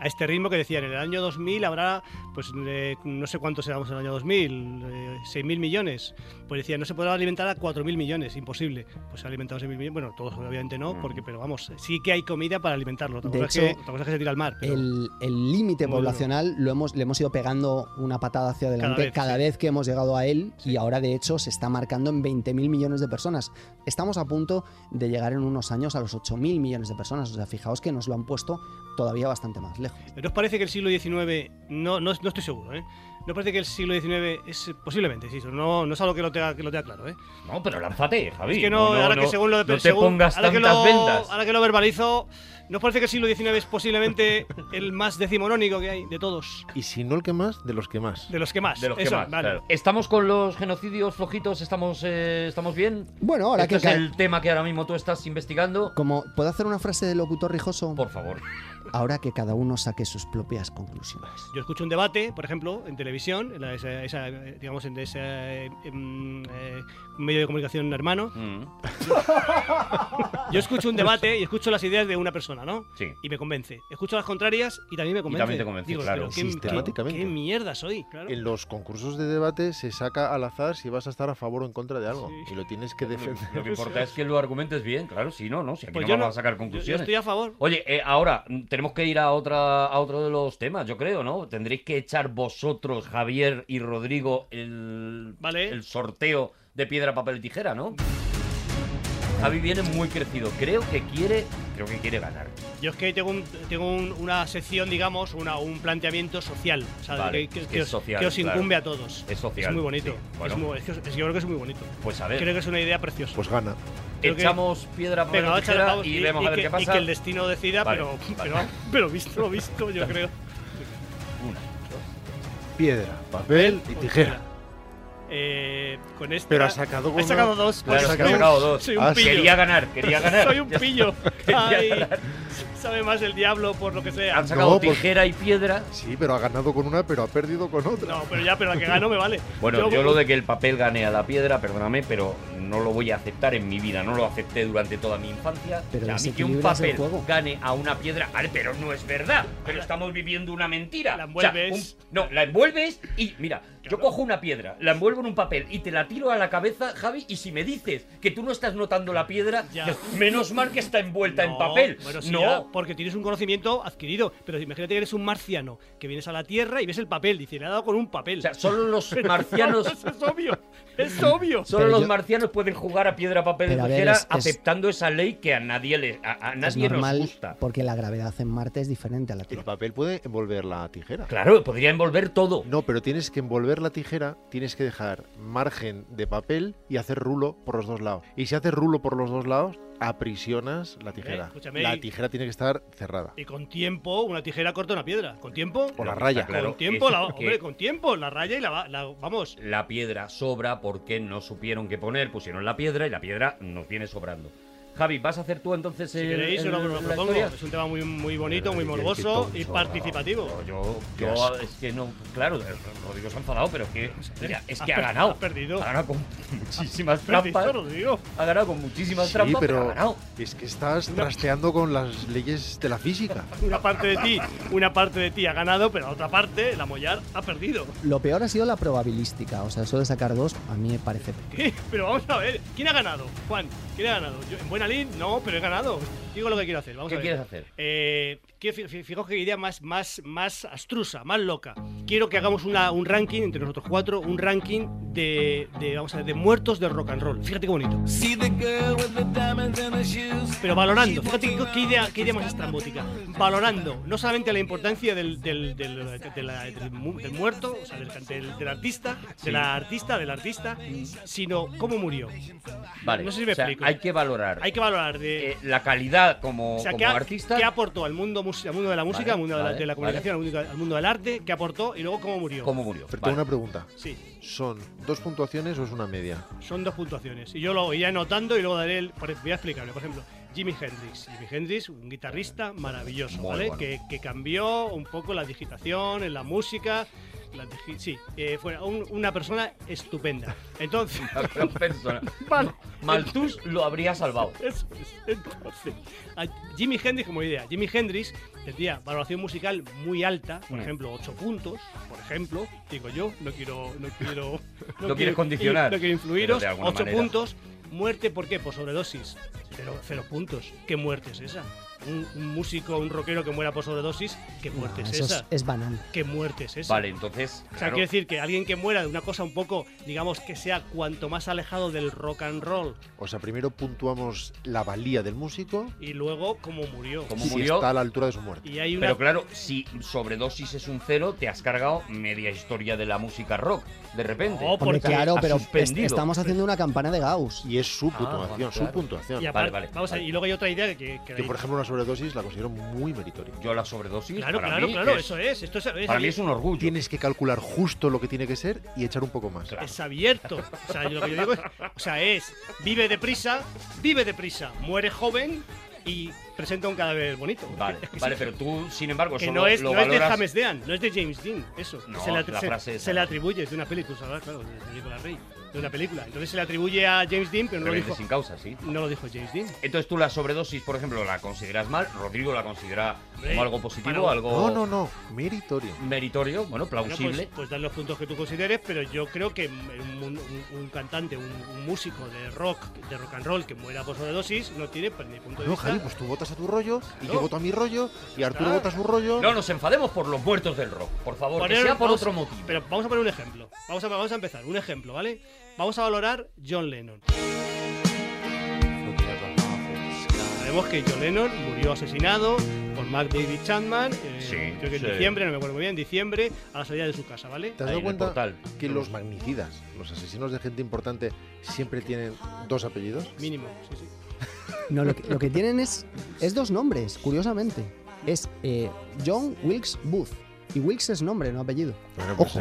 Speaker 4: a este ritmo que decían, en el año 2000 habrá, pues eh, no sé cuántos éramos en el año 2000, eh, 6.000 millones. Pues decían, no se podrá alimentar a 4.000 millones, imposible. Pues se ha alimentado 6.000 millones, bueno, todos obviamente no, porque, pero vamos, sí que hay comida para alimentarlo. Otra
Speaker 5: Mm. De
Speaker 4: cosa es que-
Speaker 5: hecho,
Speaker 4: otra cosa es que se tira al mar. pero-
Speaker 5: El el límite
Speaker 4: Muy duro.
Speaker 5: poblacional lo hemos, le hemos ido pegando una patada hacia adelante cada
Speaker 4: Cada
Speaker 5: vez,
Speaker 4: vez, sí.
Speaker 5: que hemos llegado a él y ahora de hecho se está marcando en 20.000 millones de personas. Estamos a punto de llegar en unos años a los 8.000 millones de personas. O sea, fijaos que nos lo han puesto todavía bastante más lejos.
Speaker 4: ¿No os parece que el siglo XIX, no, no, no estoy seguro, ¿eh? ¿No os parece que el siglo XIX es eh, posiblemente, sí, no, no es algo que lo tenga, que lo tenga claro, ¿eh?
Speaker 2: No, pero lánzate, Javi.
Speaker 4: Es que no, ahora que según lo de
Speaker 2: no te
Speaker 4: según-
Speaker 2: pongas
Speaker 4: ahora que
Speaker 2: tantas
Speaker 4: lo-
Speaker 2: vendas.
Speaker 4: Ahora que lo verbalizo, ¿no os parece que el siglo XIX es posiblemente el más decimonónico que hay de todos?
Speaker 3: Y si no el que más, de los que más.
Speaker 4: De los que más.
Speaker 2: De los que
Speaker 4: eso,
Speaker 2: más,
Speaker 4: vale.
Speaker 2: claro. ¿Estamos con los genocidios flojitos? ¿Estamos, eh, ¿estamos bien?
Speaker 5: Bueno, ahora
Speaker 2: este
Speaker 5: que...
Speaker 2: es
Speaker 5: ca-
Speaker 2: el tema que ahora mismo tú estás investigando.
Speaker 5: Como, ¿Puedo hacer una frase de locutor rijoso?
Speaker 2: Por favor.
Speaker 5: Ahora que cada uno saque sus propias conclusiones.
Speaker 4: Yo escucho un debate, por ejemplo, en televisión, en la- esa- esa, eh, digamos, en ese eh, em, eh, medio de comunicación hermano.
Speaker 2: Mm,
Speaker 4: Yo escucho un debate y escucho las ideas de una persona, ¿no?
Speaker 2: sí.
Speaker 4: y me convence. Escucho las contrarias y también me convence.
Speaker 2: también te convence,
Speaker 4: Digo,
Speaker 2: claro.
Speaker 4: pero qué-
Speaker 3: Sistemáticamente.
Speaker 4: Qué, qué mierda soy, claro.
Speaker 3: En los concursos de debate se saca al azar si vas a estar a favor o en contra de algo.
Speaker 4: Sí.
Speaker 3: Y lo tienes que defender.
Speaker 2: Lo que importa es que lo argumentes bien, claro, si no, no, si aquí
Speaker 4: Pues
Speaker 2: no
Speaker 4: yo
Speaker 2: vamos
Speaker 4: no-
Speaker 2: a sacar
Speaker 4: yo- yo
Speaker 2: conclusiones.
Speaker 4: estoy a favor.
Speaker 2: Oye, eh, ahora mm, tenemos que ir a otra a otro de los temas, yo creo, ¿no? Tendréis que echar vosotros, Javier y Rodrigo, el,
Speaker 4: Vale.
Speaker 2: el sorteo de piedra, papel y tijera, ¿no? Javi viene muy crecido, creo que quiere, creo que quiere ganar.
Speaker 4: Yo es que tengo, un- tengo un- una sección, digamos, una, un planteamiento social, o sea,
Speaker 2: Vale,
Speaker 4: que, que-
Speaker 2: es
Speaker 4: que os,
Speaker 2: social,
Speaker 4: que os
Speaker 2: claro.
Speaker 4: incumbe a todos.
Speaker 2: Es social,
Speaker 4: muy bonito.
Speaker 2: sí, bueno.
Speaker 4: Es muy- es que- es- yo creo que es muy bonito.
Speaker 2: Pues a ver,
Speaker 4: Creo que es una idea preciosa.
Speaker 3: Pues gana.
Speaker 4: creo que-
Speaker 2: echamos piedra, papel
Speaker 4: Venga,
Speaker 2: y
Speaker 4: vamos a echarle
Speaker 2: tijera
Speaker 4: pavos
Speaker 2: y, vemos a ver
Speaker 4: que,
Speaker 2: qué
Speaker 4: y
Speaker 2: pasa.
Speaker 4: que el destino decida,
Speaker 2: Vale,
Speaker 4: pero,
Speaker 2: vale.
Speaker 4: pero, pero visto, visto, yo creo.
Speaker 2: Una.
Speaker 3: Piedra, papel y tijera.
Speaker 4: Eh, con esta,
Speaker 3: Pero ha sacado
Speaker 4: ha
Speaker 3: uno.
Speaker 4: sacado dos.
Speaker 2: Claro,
Speaker 3: Pues
Speaker 2: se ha
Speaker 3: sacado-
Speaker 2: sacado dos.
Speaker 4: Soy un
Speaker 3: Ah,
Speaker 4: pillo.
Speaker 2: Quería ganar, quería ganar.
Speaker 4: Soy un
Speaker 2: Ya está.
Speaker 4: pillo.
Speaker 2: Quería
Speaker 4: Ay,
Speaker 2: ganar.
Speaker 4: sabe más el diablo por lo que sea.
Speaker 2: Han sacado
Speaker 3: No, pues- por-
Speaker 2: tijera y piedra.
Speaker 3: Sí, pero ha ganado con una, pero ha perdido con otra.
Speaker 4: No, pero ya, pero la que gano me vale.
Speaker 2: Bueno, yo, lo de que el papel gane a la piedra, perdóname, pero no lo voy a aceptar en mi vida. No lo acepté durante toda mi infancia.
Speaker 5: Pero
Speaker 2: O sea, a mí que un
Speaker 5: desequilibras el
Speaker 2: papel
Speaker 5: juego.
Speaker 2: gane a una piedra, vale, pero no es verdad. Pero estamos viviendo una mentira.
Speaker 4: La
Speaker 2: O sea,
Speaker 4: envuelves.
Speaker 2: un- no, la envuelves y mira, yo
Speaker 4: Claro.
Speaker 2: cojo una piedra, la envuelvo en un papel y te la tiro a la cabeza, Javi, y si me dices que tú no estás notando la piedra,
Speaker 4: Ya.
Speaker 2: yo, menos mal que está envuelta en
Speaker 4: No,
Speaker 2: papel.
Speaker 4: bueno, sí,
Speaker 2: no.
Speaker 4: ya, porque tienes un conocimiento adquirido. Pero imagínate que eres un marciano, que vienes a la Tierra y ves el papel. Dice, le ha dado con un papel.
Speaker 2: O sea, solo los marcianos
Speaker 4: Eso es obvio. Es obvio.
Speaker 2: Solo
Speaker 5: Pero
Speaker 2: los
Speaker 5: yo-
Speaker 2: marcianos pueden jugar a piedra, papel y
Speaker 5: Pero a ver,
Speaker 2: tijera
Speaker 5: es- es-
Speaker 2: aceptando esa ley que a nadie le a, a
Speaker 5: Es
Speaker 2: nadie nos
Speaker 5: normal
Speaker 2: gusta.
Speaker 5: porque la gravedad en Marte es diferente a la
Speaker 3: El
Speaker 5: Tierra.
Speaker 3: papel puede envolver la tijera.
Speaker 2: Claro, podría envolver todo.
Speaker 3: No, pero tienes que envolver la tijera, tienes que dejar margen de papel y hacer rulo por los dos lados. Y si haces rulo por los dos lados, aprisionas la tijera.
Speaker 4: escúchame,
Speaker 3: la
Speaker 4: y-
Speaker 3: tijera tiene que estar cerrada.
Speaker 4: Y con tiempo, una tijera corta una piedra. Con tiempo.
Speaker 3: O la
Speaker 2: Lo que
Speaker 3: raya.
Speaker 2: está claro
Speaker 4: con tiempo,
Speaker 2: es
Speaker 4: la,
Speaker 2: que
Speaker 4: hombre, con tiempo, la raya y la, va- la- vamos.
Speaker 2: la piedra sobra porque no supieron qué poner, pusieron la piedra y la piedra nos viene sobrando. Javi, ¿vas a hacer tú entonces
Speaker 4: Si
Speaker 2: el-
Speaker 4: queréis,
Speaker 2: el-
Speaker 4: os lo, lo
Speaker 2: la
Speaker 4: propongo.
Speaker 2: historia?
Speaker 4: Es un tema muy, muy bonito, muy
Speaker 3: Pero, ¿qué
Speaker 4: morboso
Speaker 3: quieres
Speaker 4: y
Speaker 3: que todo
Speaker 4: participativo.
Speaker 2: No, yo, yo es que no, claro, Rodrigo se ha enfadado, pero es que, mira, es que ha
Speaker 4: Has per-
Speaker 2: ganado.
Speaker 4: has perdido.
Speaker 3: Ah,
Speaker 2: Ha ganado con muchísimas
Speaker 4: Francisco,
Speaker 2: trampas.
Speaker 4: lo digo.
Speaker 2: Ha ganado con muchísimas
Speaker 3: Sí,
Speaker 2: trampas, pero ha
Speaker 3: pero
Speaker 2: ganado.
Speaker 3: es que estás trasteando con las leyes de la física.
Speaker 4: Una parte de ti, una parte de ti ha ganado, pero la otra parte, la Mollar, ha perdido.
Speaker 5: Lo peor ha sido la probabilística. O sea, eso de sacar dos a mí me parece...
Speaker 4: ¿Qué? Pero vamos a ver, ¿quién ha ganado? Juan, ¿quién ha ganado? Yo, en buena lid, no, pero he ganado. Digo lo que quiero hacer, vamos
Speaker 2: ¿Qué
Speaker 4: a ver.
Speaker 2: quieres hacer?
Speaker 4: Eh, quiero- fi- fi- fijaos que idea más, más, más astrusa, más loca. Quiero que hagamos una- un ranking entre nosotros cuatro, un ranking de, de, vamos a ver, de muertos del rock and roll. Fíjate qué bonito.
Speaker 1: See the girl with the diamonds in her shoes.
Speaker 4: Pero valorando, fíjate qué, qué idea, qué idea más estrambótica. Valorando no solamente la importancia del, del, del- de la- del mu- del muerto, o sea, del, del- del artista, de la artista, del artista, sino cómo murió.
Speaker 2: Vale,
Speaker 4: no sé si me
Speaker 2: o sea,
Speaker 4: explico.
Speaker 2: hay que valorar
Speaker 4: Hay que valorar de.
Speaker 2: eh, la calidad como,
Speaker 4: o sea,
Speaker 2: como
Speaker 4: ¿qué, ha-
Speaker 2: artista.
Speaker 4: qué aportó al mundo, mus- al mundo de la música, al mundo de la-
Speaker 2: vale,
Speaker 4: de la comunicación, al, mundo, al mundo del arte? ¿Qué aportó y luego cómo murió?
Speaker 2: ¿Cómo murió?
Speaker 3: Pero
Speaker 2: Vale.
Speaker 3: tengo una pregunta.
Speaker 4: Sí,
Speaker 3: ¿Son dos puntuaciones o es una media?
Speaker 4: son dos puntuaciones. Y yo lo iré anotando y luego daré el. por- Voy a explicarlo. Por ejemplo, Jimi Hendrix. Jimi Hendrix, un guitarrista maravilloso,
Speaker 2: Muy
Speaker 4: ¿vale?
Speaker 2: bueno.
Speaker 4: Que, que cambió un poco la digitación en la música. la tejí- sí, eh, fue un- una persona estupenda. Entonces,
Speaker 2: Otra persona.
Speaker 4: Vale.
Speaker 2: Malthus lo habría salvado.
Speaker 4: Eso es. Entonces, a Jimi Hendrix como idea. Jimi Hendrix tendría valoración musical muy alta, por
Speaker 2: Mm.
Speaker 4: ejemplo, 8 puntos, por ejemplo, digo yo, no quiero no quiero no
Speaker 2: quieres condicionar,
Speaker 4: No quiero influiros,
Speaker 2: pero de alguna
Speaker 4: 8
Speaker 2: manera.
Speaker 4: puntos, muerte por qué? Por sobredosis. Pero cero puntos. ¿Qué muerte es esa? Un, un músico, un rockero que muera por sobredosis, ¿qué muerte
Speaker 5: No,
Speaker 4: es
Speaker 5: eso
Speaker 4: esa?
Speaker 5: es, es banal.
Speaker 4: ¿Qué muerte es esa?
Speaker 2: Vale, entonces.
Speaker 4: O sea,
Speaker 2: claro,
Speaker 4: quiero decir que alguien que muera de una cosa un poco, digamos, que sea cuanto más alejado del rock and roll
Speaker 3: O sea, primero puntuamos la valía del músico
Speaker 4: y luego cómo murió.
Speaker 2: Como
Speaker 3: si
Speaker 2: murió.
Speaker 3: está a la altura de su muerte.
Speaker 4: Y hay una
Speaker 2: Pero claro, si sobredosis es un cero, te has cargado media historia de la música rock, de repente.
Speaker 4: No,
Speaker 5: Hombre,
Speaker 4: Porque
Speaker 5: claro,
Speaker 2: has
Speaker 5: pero es-
Speaker 2: suspendido.
Speaker 5: estamos haciendo una campana de Gauss.
Speaker 3: Y es su
Speaker 2: Ah,
Speaker 3: puntuación,
Speaker 2: claro.
Speaker 3: su puntuación.
Speaker 4: Y
Speaker 2: Vale,
Speaker 4: aparte,
Speaker 2: vale,
Speaker 4: vamos a-
Speaker 2: vale.
Speaker 4: y luego hay otra idea que, que- que-
Speaker 3: Yo, por ejemplo, una sobredosis la considero muy meritoria.
Speaker 2: Yo la sobredosis.
Speaker 4: claro,
Speaker 2: para
Speaker 4: claro,
Speaker 2: mí
Speaker 4: claro,
Speaker 2: es-
Speaker 4: eso es, esto es, es
Speaker 2: Para mí
Speaker 4: abier-
Speaker 2: es un orgullo.
Speaker 3: Tienes que calcular justo lo que tiene que ser y echar un poco más.
Speaker 2: Claro.
Speaker 4: es abierto. O sea, yo lo que yo digo es, o sea, es vive deprisa, vive deprisa, muere joven y presenta un cadáver bonito.
Speaker 2: Vale, vale, pero tú, sin embargo,
Speaker 4: Que
Speaker 2: eso
Speaker 4: no
Speaker 2: lo-
Speaker 4: es,
Speaker 2: lo
Speaker 4: no es de
Speaker 2: valoras-
Speaker 4: James Dean, no es de James Dean, eso.
Speaker 2: No,
Speaker 4: se le,
Speaker 2: la
Speaker 4: se-
Speaker 2: frase esa,
Speaker 4: se le
Speaker 2: ¿no?
Speaker 4: atribuye, es de una película, tú sabrás, claro, de la película Rey, de una película. Entonces se le atribuye a James Dean, pero no lo
Speaker 2: Rebelde
Speaker 4: dijo,
Speaker 2: sin causa, sí.
Speaker 4: no lo dijo James Dean.
Speaker 2: Entonces tú la sobredosis, por ejemplo, la consideras mal, Rodrigo la considera
Speaker 4: Hombre,
Speaker 2: como algo positivo,
Speaker 4: para-
Speaker 2: algo
Speaker 3: No, no, no, meritorio.
Speaker 2: meritorio, bueno,
Speaker 4: Bueno,
Speaker 2: plausible.
Speaker 4: pues, pues dan los puntos que tú consideres, pero yo creo que un, un- un cantante, un, un músico de rock, de rock and roll que muera por sobredosis, no tiene pues, ni punto de
Speaker 3: No,
Speaker 4: vista.
Speaker 3: Javi, pues tú votas a tu rollo y
Speaker 4: Claro.
Speaker 3: yo voto a mi rollo y Arturo
Speaker 4: Claro.
Speaker 3: vota a su rollo.
Speaker 2: No nos enfademos por los muertos del rock, por favor,
Speaker 4: Poner-
Speaker 2: que sea por
Speaker 4: vamos-
Speaker 2: otro motivo.
Speaker 4: Pero vamos a poner un ejemplo. Vamos a, vamos a empezar. Un ejemplo, ¿vale? Vamos a valorar John Lennon. Sabemos que John Lennon murió asesinado por Mark David Chapman, eh,
Speaker 2: Sí,
Speaker 4: creo que en
Speaker 2: sí.
Speaker 4: diciembre, no me acuerdo muy bien, en diciembre, a la salida de su casa, ¿vale?
Speaker 3: ¿Te has
Speaker 2: Ahí en
Speaker 3: dado
Speaker 2: el
Speaker 3: cuenta
Speaker 2: portal.
Speaker 3: que los magnicidas, los asesinos de gente importante, siempre tienen dos apellidos?
Speaker 4: Mínimo, sí, sí.
Speaker 5: No, lo que, lo que tienen es, es dos nombres, curiosamente. Es eh, John Wilkes Booth. Y Wilkes es nombre, no apellido.
Speaker 3: Bueno, eh,
Speaker 5: pues, Ojo.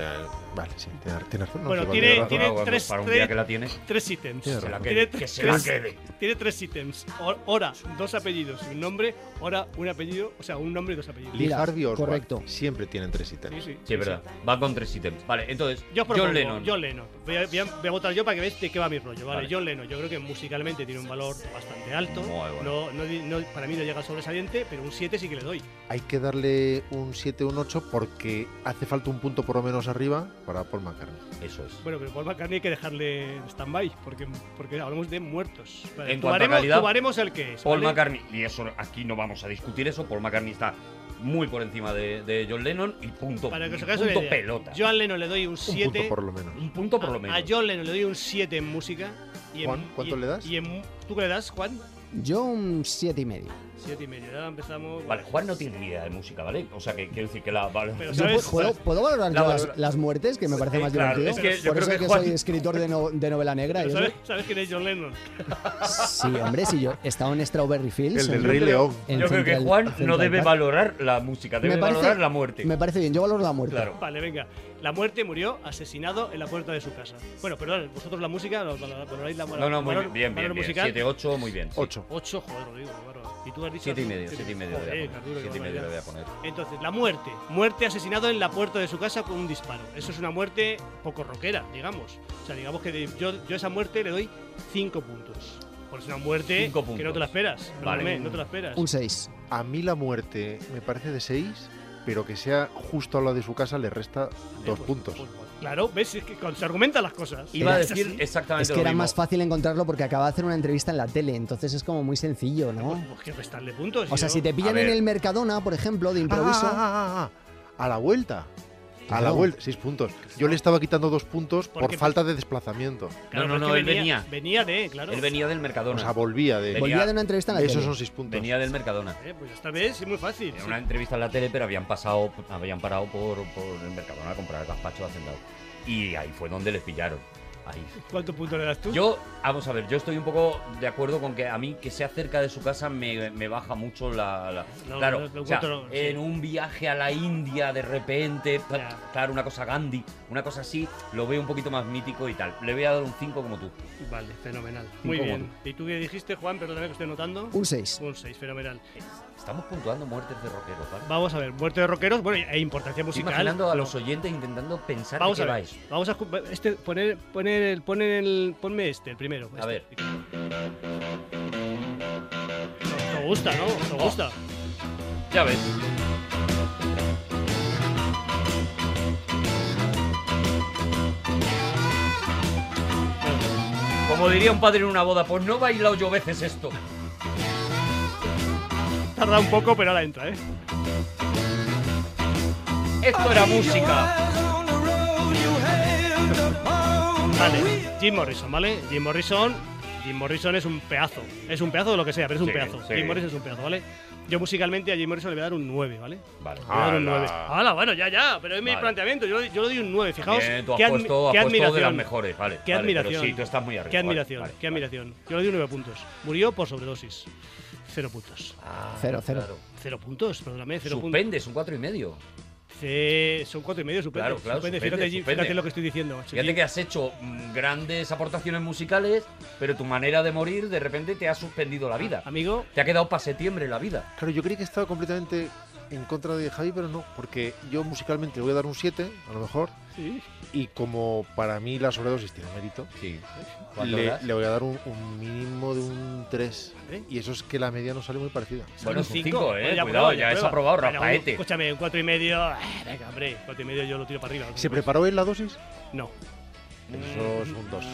Speaker 3: vale, sí, tienes, razón.
Speaker 4: no Bueno, se me tiene- olvidaba. tiene-
Speaker 2: Bueno,
Speaker 4: tres-
Speaker 2: para un día
Speaker 4: tres-
Speaker 2: que la tienes,
Speaker 4: Tres ítems.
Speaker 3: Tiene
Speaker 2: se la
Speaker 3: razón.
Speaker 2: quede,
Speaker 4: tres-
Speaker 2: que se la
Speaker 4: tres-
Speaker 2: quede.
Speaker 4: Tiene tres ítems. Ho- Hora, dos apellidos y un nombre. Hora, un apellido. O sea, un nombre y dos apellidos.
Speaker 3: Lee
Speaker 5: Mira,
Speaker 3: Harvey Oswald
Speaker 5: correcto.
Speaker 3: siempre tienen tres ítems.
Speaker 4: sí.
Speaker 2: Sí, es verdad. Va con tres ítems. Vale, entonces,
Speaker 4: Yo os propongo,
Speaker 2: John Lennon.
Speaker 4: John Lennon. Voy a, voy a- voy a votar yo para que veáis de qué va mi rollo. Vale,
Speaker 2: Vale.
Speaker 4: John Lennon. Yo creo que musicalmente tiene un valor bastante alto.
Speaker 2: Muy bueno.
Speaker 4: No, no di- no- para mí no llega al sobresaliente, pero un 7 sí que le doy.
Speaker 3: Hay que darle un 7, un 8 porque hace falta un punto por lo menos arriba para Paul McCartney.
Speaker 2: Eso es.
Speaker 4: Bueno, pero Paul McCartney hay que dejarle stand-by, porque, porque hablamos de muertos. Vale,
Speaker 2: En
Speaker 4: tu
Speaker 2: cuanto a
Speaker 4: baremo-
Speaker 2: calidad,
Speaker 4: tu baremo es el que es.
Speaker 2: Paul
Speaker 4: ¿vale?
Speaker 2: McCartney, y eso aquí no vamos a discutir eso, Paul McCartney está muy por encima de, de John Lennon y punto.
Speaker 4: Para que os
Speaker 2: y
Speaker 4: hagáis una
Speaker 2: punto
Speaker 4: idea,
Speaker 2: pelota.
Speaker 4: Yo a Lennon le doy un
Speaker 3: Un
Speaker 4: 7.
Speaker 3: punto por lo menos.
Speaker 2: Un punto por lo
Speaker 4: A,
Speaker 2: menos.
Speaker 4: a John Lennon le doy un 7 en música. Y en-
Speaker 3: Juan, ¿cuánto
Speaker 4: y-
Speaker 3: le das?
Speaker 4: Y en, ¿Tú qué le das, Juan?
Speaker 5: Yo un siete y medio.
Speaker 4: 7 y medio. Ya empezamos.
Speaker 2: Vale, Juan no tiene ni idea de música, ¿vale? O sea, que quiero decir que la... vale.
Speaker 4: Pero
Speaker 5: Yo
Speaker 4: ¿Sabes?
Speaker 5: pu- ¿puedo, puedo valorar
Speaker 2: La
Speaker 5: yo las,
Speaker 2: valora-
Speaker 5: las muertes? Que me parece
Speaker 2: Eh,
Speaker 5: más
Speaker 2: claro,
Speaker 5: divertido.
Speaker 2: es que yo
Speaker 5: Por
Speaker 2: creo
Speaker 5: eso
Speaker 2: que
Speaker 5: es que
Speaker 2: Juan-
Speaker 5: soy escritor de, no- de novela negra.
Speaker 4: Pero
Speaker 5: y eso.
Speaker 4: ¿sabes, ¿Sabes quién es John Lennon?
Speaker 5: Sí, hombre, sí, yo he estado en Strawberry Fields.
Speaker 3: El
Speaker 5: en-
Speaker 3: del Rey León.
Speaker 5: en
Speaker 2: Yo creo que
Speaker 5: Central-
Speaker 2: Juan no
Speaker 5: Central
Speaker 2: debe
Speaker 5: Park.
Speaker 2: valorar la música, debe
Speaker 5: Me parece-
Speaker 2: valorar la muerte.
Speaker 5: Me parece bien, yo valoro la muerte.
Speaker 2: Claro.
Speaker 4: Vale, venga. La muerte murió asesinado en la puerta de su casa. Bueno, perdón, vosotros la música, lo- valor- valoráis la
Speaker 2: No, no, muy
Speaker 4: valor-
Speaker 2: bien, bien,
Speaker 4: valor
Speaker 2: bien. bien.
Speaker 4: musical.
Speaker 2: Siete, ocho, muy bien. sí.
Speaker 3: 8.
Speaker 4: 8, joder, Rodrigo, qué bárbaro. Y tú has dicho.
Speaker 2: Siete y medio,
Speaker 4: Siete-
Speaker 2: siete y medio le voy
Speaker 4: Joder,
Speaker 2: a poner.
Speaker 4: Arturo, qué
Speaker 2: Siete y medio le voy a
Speaker 4: barbaridad.
Speaker 2: poner.
Speaker 4: Entonces, la muerte. Muerte asesinado en la puerta de su casa con un disparo. Eso es una muerte poco rockera, digamos. O sea, digamos que de- yo, yo a esa muerte le doy 5 puntos. Porque es una muerte
Speaker 2: Cinco
Speaker 4: que no
Speaker 2: puntos.
Speaker 4: te la esperas.
Speaker 2: Vale.
Speaker 4: perdóname, No te la esperas. Eh,
Speaker 5: Un 6.
Speaker 3: A mí la muerte me parece de 6, pero que sea justo a la de su casa le resta
Speaker 4: Eh,
Speaker 3: dos
Speaker 4: pues-
Speaker 3: puntos.
Speaker 4: pues, pues, claro, ves, es que con- se argumentan las cosas.
Speaker 2: Iba a
Speaker 4: Es
Speaker 2: decir
Speaker 4: así.
Speaker 2: exactamente
Speaker 5: Es que
Speaker 2: lo
Speaker 5: era
Speaker 2: mismo.
Speaker 5: más fácil encontrarlo porque acaba de hacer una entrevista en la tele, entonces es como muy sencillo,
Speaker 4: Pues,
Speaker 5: ¿no?
Speaker 4: pues que restarle puntos.
Speaker 5: O sea,
Speaker 4: yo-
Speaker 5: si te pillan
Speaker 2: ver.
Speaker 5: en el Mercadona, por ejemplo, de
Speaker 3: Ah,
Speaker 5: improviso.
Speaker 3: ah, ah, ah, a la vuelta. A la
Speaker 5: Claro.
Speaker 3: vuelta, 6 puntos. Yo le estaba quitando dos puntos por
Speaker 4: Porque-
Speaker 3: falta de desplazamiento.
Speaker 4: Claro,
Speaker 2: No, no,
Speaker 4: pero
Speaker 2: no,
Speaker 4: es
Speaker 2: él
Speaker 4: que
Speaker 2: venía.
Speaker 4: Venía de, claro.
Speaker 2: Él venía del
Speaker 3: O
Speaker 2: Mercadona.
Speaker 3: sea, volvía ah. de.
Speaker 2: Venía-
Speaker 5: Volvía de una entrevista en la
Speaker 3: Esos
Speaker 5: tele.
Speaker 3: son 6 puntos.
Speaker 2: venía del Mercadona.
Speaker 4: Eh, pues esta vez es muy fácil.
Speaker 2: Era
Speaker 4: sí.
Speaker 2: una entrevista en la tele, pero habían pasado, habían parado por, por el Mercadona a comprar gazpacho de hacendado. Y ahí fue donde les pillaron. Ahí.
Speaker 4: ¿Cuántos puntos le das tú?
Speaker 2: Yo, vamos a ver, yo estoy un poco de acuerdo con que a mí que sea cerca de su casa me, me baja mucho la... la-
Speaker 4: No,
Speaker 2: claro,
Speaker 4: no, lo
Speaker 2: o sea,
Speaker 4: encuentro, sí.
Speaker 2: en un viaje a la India de repente, pa-
Speaker 4: Ya.
Speaker 2: claro, una cosa Gandhi, una cosa así, lo veo un poquito más mítico y tal. Le voy a dar un 5 como tú.
Speaker 4: Vale, fenomenal. Muy
Speaker 2: Cinco
Speaker 4: bien. ¿Y tú qué dijiste, Juan? Perdóname que estoy notando.
Speaker 5: Un 6.
Speaker 4: Un 6, fenomenal.
Speaker 6: Estamos puntuando muertes de rockeros, ¿vale?
Speaker 4: Vamos a ver, muerte de rockeros, bueno, e importancia
Speaker 6: Estoy
Speaker 4: musical.
Speaker 6: imaginando a los oyentes intentando pensar
Speaker 4: Vamos
Speaker 6: de
Speaker 4: a
Speaker 6: qué va
Speaker 4: ver,
Speaker 6: eso.
Speaker 4: vamos a escu- este, poner, poner el, poner el, ponme este, el primero.
Speaker 6: A
Speaker 4: este.
Speaker 6: ver.
Speaker 4: Nos gusta, ¿no?
Speaker 6: Oh.
Speaker 4: Nos gusta.
Speaker 2: Ya ves. Como diría un padre en una boda, pues no he bailado yo veces esto.
Speaker 4: Tarda un poco, pero ahora entra, ¿eh?
Speaker 2: Esto era música.
Speaker 4: Vale, Jim Morrison, ¿vale? Jim Morrison, Jim Morrison es un pedazo. Es un pedazo de lo que sea, pero es un
Speaker 2: Sí,
Speaker 4: pedazo.
Speaker 2: sí.
Speaker 4: Jim Morrison es un pedazo, ¿ale? Yo musicalmente a Jim Morrison le voy a dar un 9, ¿vale?
Speaker 2: Vale.
Speaker 4: Le voy a dar un
Speaker 3: ¡Hala!
Speaker 4: 9. Hala, bueno, ya, ya, pero es mi
Speaker 2: Vale.
Speaker 4: planteamiento. Yo, yo le doy un 9, fijaos.
Speaker 2: Bien, tú has
Speaker 4: Ah, qué admi-
Speaker 2: puesto, has
Speaker 4: qué
Speaker 2: puesto de las
Speaker 4: admiración.
Speaker 2: mejores, vale.
Speaker 4: Qué
Speaker 2: vale,
Speaker 4: admiración.
Speaker 2: Pero sí, tú estás muy arriba.
Speaker 4: Qué
Speaker 2: vale,
Speaker 4: admiración,
Speaker 2: vale,
Speaker 4: qué
Speaker 2: vale.
Speaker 4: admiración. Yo le di 9 puntos. Murió por sobredosis. Cero puntos.
Speaker 6: Ah,
Speaker 5: Cero, cero.
Speaker 6: claro.
Speaker 4: Cero puntos, perdóname, cero puntos.
Speaker 6: Suspende, son cuatro y medio.
Speaker 4: Sí, son cuatro y medio, suspende.
Speaker 2: Claro, claro,
Speaker 4: suspende.
Speaker 2: suspende,
Speaker 4: Fíjate, Jim,
Speaker 2: suspende.
Speaker 4: fíjate lo que estoy diciendo, macho.
Speaker 2: Fíjate
Speaker 4: Jim-
Speaker 2: que has hecho mm, grandes aportaciones musicales, pero tu manera de morir de repente te ha suspendido la vida.
Speaker 4: Amigo,
Speaker 2: Te ha quedado para septiembre la vida.
Speaker 3: Claro, yo creí que estaba completamente en contra de Javi, pero no, porque yo musicalmente le voy a dar un 7, a lo mejor,
Speaker 4: sí.
Speaker 3: y como para mí la sobredosis tiene mérito,
Speaker 6: Sí. ¿Cuánto
Speaker 3: le,
Speaker 6: das?
Speaker 3: le voy a dar un, un mínimo de un 3. Y eso es que la media no sale muy parecida.
Speaker 2: Bueno,
Speaker 4: Un
Speaker 2: es un
Speaker 4: cinco.
Speaker 2: 5,
Speaker 4: Bueno,
Speaker 2: eh.
Speaker 4: ya
Speaker 2: Cuidado,
Speaker 4: prueba,
Speaker 2: ya es
Speaker 4: prueba.
Speaker 2: aprobado,
Speaker 4: Bueno, un-
Speaker 2: rapaete.
Speaker 4: Escúchame, un cuatro y medio. ah, Venga, hombre, cuatro y medio yo lo tiro para arriba.
Speaker 3: ¿Se preparó él la dosis?
Speaker 4: No. Mm.
Speaker 3: Eso es un 2.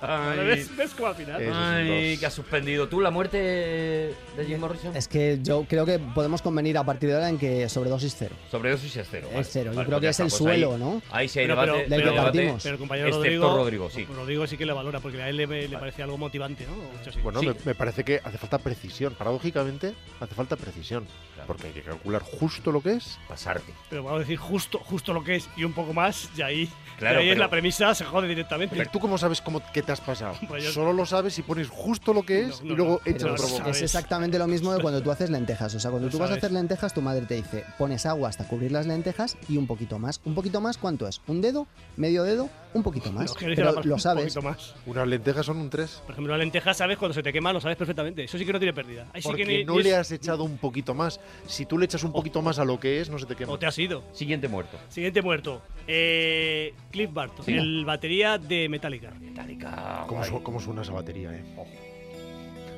Speaker 2: Ay,
Speaker 4: ¿Ves, ves cómo al final?
Speaker 3: Eh, Eso es un
Speaker 2: ay,
Speaker 3: dos.
Speaker 2: que has suspendido. ¿Tú la muerte de Jim Morrison?
Speaker 5: Es que yo creo que podemos convenir a partir de ahora en que sobredosis cero.
Speaker 2: Sobre eso sí es cero.
Speaker 5: Es
Speaker 2: vale.
Speaker 5: cero, yo
Speaker 2: Vale,
Speaker 5: creo
Speaker 2: pues
Speaker 5: que
Speaker 2: ya
Speaker 5: es
Speaker 2: está,
Speaker 5: el
Speaker 2: pues
Speaker 5: suelo,
Speaker 2: ahí-
Speaker 5: ¿no?
Speaker 2: Ahí sí hay
Speaker 4: Pero-
Speaker 2: debate.
Speaker 4: pero-
Speaker 2: hay
Speaker 4: pero-
Speaker 2: debate,
Speaker 5: debatimos.
Speaker 4: Pero el compañero
Speaker 2: Excepto
Speaker 4: Rodrigo,
Speaker 2: Rodrigo, sí.
Speaker 4: Rodrigo sí que le valora porque a él le, le parecía algo motivante, ¿no? O sea, sí.
Speaker 3: Bueno,
Speaker 2: Sí.
Speaker 3: me, me parece que hace falta precisión. Paradójicamente, hace falta precisión.
Speaker 2: Claro.
Speaker 3: Porque hay que calcular justo lo que es.
Speaker 2: Pasarte.
Speaker 4: Pero vamos a decir justo, justo lo que es y un poco más, y ahí,
Speaker 2: Claro,
Speaker 4: y ahí es
Speaker 2: pero-
Speaker 4: la premisa, se jode directamente.
Speaker 3: Pero tú cómo sabes cómo que te has pasado.
Speaker 4: Pues yo-
Speaker 3: Solo lo sabes si pones justo lo que es
Speaker 4: No, no,
Speaker 3: y luego
Speaker 4: no.
Speaker 3: echas
Speaker 4: Pero
Speaker 3: otro
Speaker 4: es-
Speaker 3: bombo.
Speaker 4: sabes.
Speaker 5: Es exactamente lo mismo de cuando tú haces lentejas. O sea, cuando
Speaker 4: Lo
Speaker 5: tú vas a
Speaker 4: sabes.
Speaker 5: hacer lentejas, tu madre te dice, pones agua hasta cubrir las lentejas y un poquito más. ¿Un poquito más cuánto es? ¿Un dedo? ¿Medio dedo? Un poquito más.
Speaker 4: No, que dice la
Speaker 5: Pero
Speaker 4: palabra
Speaker 5: lo
Speaker 4: un
Speaker 5: sabes.
Speaker 4: poquito más.
Speaker 3: Unas lentejas son un 3.
Speaker 4: Por ejemplo, la lenteja sabes cuando se te quema, lo sabes perfectamente. Eso sí que no tiene pérdida. Ahí sí
Speaker 3: Porque
Speaker 4: que ni-
Speaker 3: no
Speaker 4: ni
Speaker 3: le
Speaker 4: es-
Speaker 3: has echado un poquito más. Si tú le echas un poquito más a lo que es, no se te quema.
Speaker 4: O te has ido.
Speaker 2: Siguiente muerto.
Speaker 4: Siguiente muerto. Eh, Cliff Barton,
Speaker 2: Sí.
Speaker 4: el batería de Metallica.
Speaker 2: Metallica.
Speaker 3: ¿Cómo,
Speaker 2: guay.
Speaker 3: su- cómo suena esa batería, eh?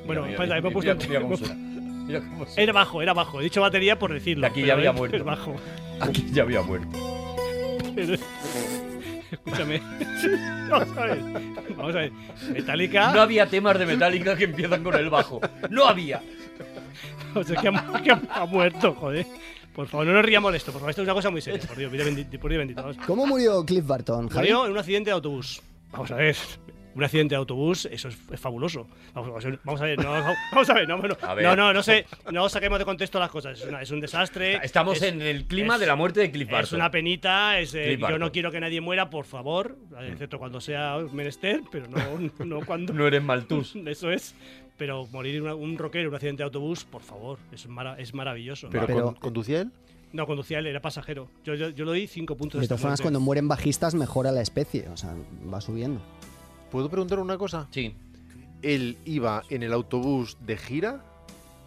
Speaker 4: Bueno,
Speaker 2: Mira,
Speaker 4: pues
Speaker 2: mira,
Speaker 4: hemos
Speaker 2: mira,
Speaker 4: puesto-
Speaker 2: mira cómo suena. Mira cómo suena.
Speaker 4: Era bajo, era bajo. He dicho batería por decirlo.
Speaker 2: Aquí ya
Speaker 4: pero
Speaker 2: había
Speaker 4: es-
Speaker 2: muerto.
Speaker 4: Es bajo.
Speaker 2: Aquí ya había muerto.
Speaker 4: Pero- Escúchame. Vamos a ver. Vamos a ver. Metallica.
Speaker 2: No había temas de Metallica que empiezan con el bajo. No había.
Speaker 4: O sea, que ha, que ha- ha muerto, joder. Por favor, no nos riamos de esto. Por favor, esto es una cosa muy seria. Por Dios, mira, bendi- por Dios bendito. Vamos.
Speaker 5: ¿Cómo murió Cliff Barton, Javi?
Speaker 4: Murió en un accidente de autobús. Vamos a ver. Un accidente de autobús, eso es, es fabuloso. Vamos, vamos a ver, vamos a ver, no, no, vamos a ver, no, no,
Speaker 2: A ver.
Speaker 4: no, no, no sé, no saquemos de contexto las cosas. Es, una- es un desastre.
Speaker 2: Estamos
Speaker 4: Eh, es-
Speaker 2: en el clima
Speaker 4: es-
Speaker 2: de la muerte de Cliff
Speaker 4: Es
Speaker 2: Barton.
Speaker 4: una penita, es, eh,
Speaker 2: Cliff
Speaker 4: yo
Speaker 2: Barton.
Speaker 4: no quiero que nadie muera, por favor, excepto cuando sea menester, pero no, no cuando.
Speaker 2: No eres Maltus.
Speaker 4: Eso es. Pero morir en una- un rockero en un accidente de autobús, por favor, es, mara- es maravilloso.
Speaker 3: Pero,
Speaker 5: Pero-
Speaker 3: con- conducía él.
Speaker 4: No, conducía él, era pasajero. Yo, yo, yo le doy 5 puntos este
Speaker 5: De todas
Speaker 4: esta
Speaker 5: formas,
Speaker 4: muerte.
Speaker 5: cuando mueren bajistas, mejora la especie. O sea, va subiendo.
Speaker 3: ¿Puedo preguntar una cosa?
Speaker 2: Sí.
Speaker 3: ¿Él iba en el autobús de gira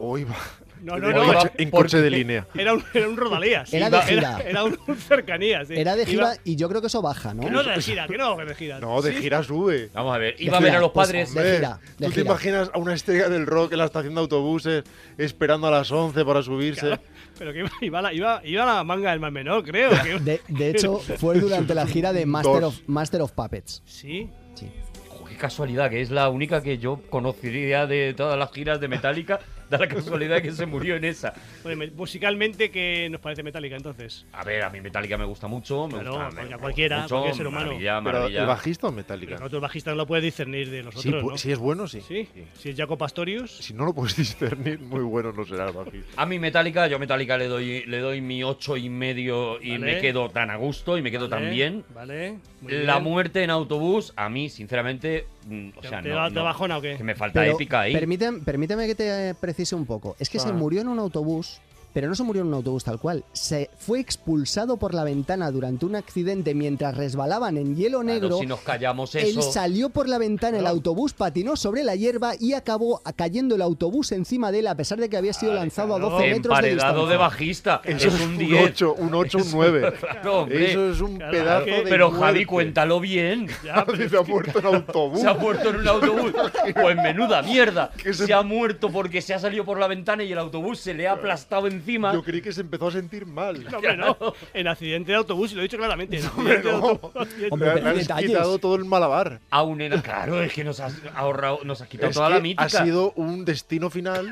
Speaker 3: o iba
Speaker 4: No,
Speaker 3: en
Speaker 4: no,
Speaker 3: un
Speaker 4: no.
Speaker 2: iba-
Speaker 3: coche- en coche de línea?
Speaker 4: Era un, era un rodalías.
Speaker 5: Era
Speaker 4: Iba-
Speaker 5: de gira.
Speaker 4: Era, era un, un cercanías. sí.
Speaker 5: Era de
Speaker 4: Iba-
Speaker 5: gira y yo creo que eso baja, ¿no?
Speaker 4: que no de gira, que no que de gira.
Speaker 3: No, de
Speaker 4: Sí,
Speaker 3: gira sube. Eh,
Speaker 2: Vamos a ver.
Speaker 5: De
Speaker 2: Iba a ver
Speaker 5: gira,
Speaker 2: a los
Speaker 5: pues,
Speaker 2: padres.
Speaker 5: hombre. De gira, de
Speaker 3: ¿Tú te
Speaker 5: gira.
Speaker 3: imaginas a una estrella del rock en la estación de autobuses esperando a las 11 para subirse?
Speaker 4: claro, Pero que iba, iba, la, iba, iba la manga del más menor, creo. que-
Speaker 5: De, de hecho, fue durante la gira de Master
Speaker 3: Dos.
Speaker 5: of, Master of Puppets.
Speaker 4: Sí.
Speaker 5: Sí.
Speaker 2: Jo, Qué casualidad, que es la única que yo conocería de todas las giras de Metallica. Da la casualidad que se murió en esa.
Speaker 4: Bueno, me- musicalmente, que nos parece Metallica entonces?
Speaker 2: A ver, a mí Metallica me gusta mucho. Me
Speaker 4: Claro,
Speaker 2: gusta,
Speaker 4: porque
Speaker 2: me-
Speaker 4: a cualquiera,
Speaker 2: mucho,
Speaker 4: cualquier ser humano.
Speaker 2: Maravilla,
Speaker 3: ¿Pero
Speaker 2: maravilla.
Speaker 3: el bajista o
Speaker 4: Pero
Speaker 3: Metallica?
Speaker 4: no, tú el bajista no lo puedes discernir de los
Speaker 3: Sí,
Speaker 4: otros,
Speaker 3: pu-
Speaker 4: ¿no?
Speaker 3: si es bueno, sí.
Speaker 4: ¿Sí? Si es Jaco Pastorius.
Speaker 3: Si no lo puedes discernir, muy bueno no será el bajista.
Speaker 2: A mi Metallica, yo a Metallica le doy, le doy mi ocho y medio y
Speaker 4: Vale.
Speaker 2: me quedo tan a gusto y me quedo tan
Speaker 4: Vale,
Speaker 2: bien.
Speaker 4: Eh, Vale. muy
Speaker 2: La
Speaker 4: bien.
Speaker 2: muerte en autobús, a mí, sinceramente, mm, o
Speaker 4: ¿Te-
Speaker 2: sea,
Speaker 4: te
Speaker 2: no,
Speaker 4: da- te
Speaker 2: no.
Speaker 4: bajona o qué?
Speaker 2: Que me falta épica ahí.
Speaker 5: permíteme, permíteme que te eh, precise un poco. Es que se
Speaker 3: Ah.
Speaker 5: murió en un autobús Pero no se murió en un autobús tal cual. Se fue expulsado por la ventana durante un accidente mientras resbalaban en hielo
Speaker 6: Claro,
Speaker 5: negro.
Speaker 6: si nos callamos
Speaker 5: Él
Speaker 6: eso.
Speaker 5: salió por la ventana, el autobús patinó sobre la hierba y acabó cayendo el autobús encima de él, a pesar de que había sido lanzado a 12 metros de
Speaker 2: Emparedado
Speaker 5: distancia.
Speaker 2: de, bajista.
Speaker 3: Eso
Speaker 2: es un 10.
Speaker 3: 8, un 8, un 9.
Speaker 2: Claro, hombre.
Speaker 3: Eso es un
Speaker 4: Claro,
Speaker 3: pedazo
Speaker 4: que-
Speaker 3: de.
Speaker 2: Pero Javi,
Speaker 3: muerte.
Speaker 2: cuéntalo bien.
Speaker 4: Ya, pero
Speaker 3: Se ha muerto en autobús.
Speaker 2: Se ha muerto en un autobús. Pues menuda mierda.
Speaker 3: Que se-
Speaker 2: Se ha muerto porque se ha salido por la ventana y el autobús se le ha aplastado encima.
Speaker 3: Yo creí que se empezó a sentir mal.
Speaker 4: no, hombre, no. En accidente de autobús, y lo he dicho claramente. en accidente de
Speaker 3: no.
Speaker 4: autobús, accidente-
Speaker 5: Hombre,
Speaker 3: Le-
Speaker 5: pero
Speaker 3: le has
Speaker 5: detalles.
Speaker 3: quitado todo el malabar.
Speaker 2: Aún en... Claro, es que nos has ahorrado, nos has quitado
Speaker 3: Es
Speaker 2: toda la
Speaker 3: que
Speaker 2: mítica.
Speaker 3: Ha sido un destino final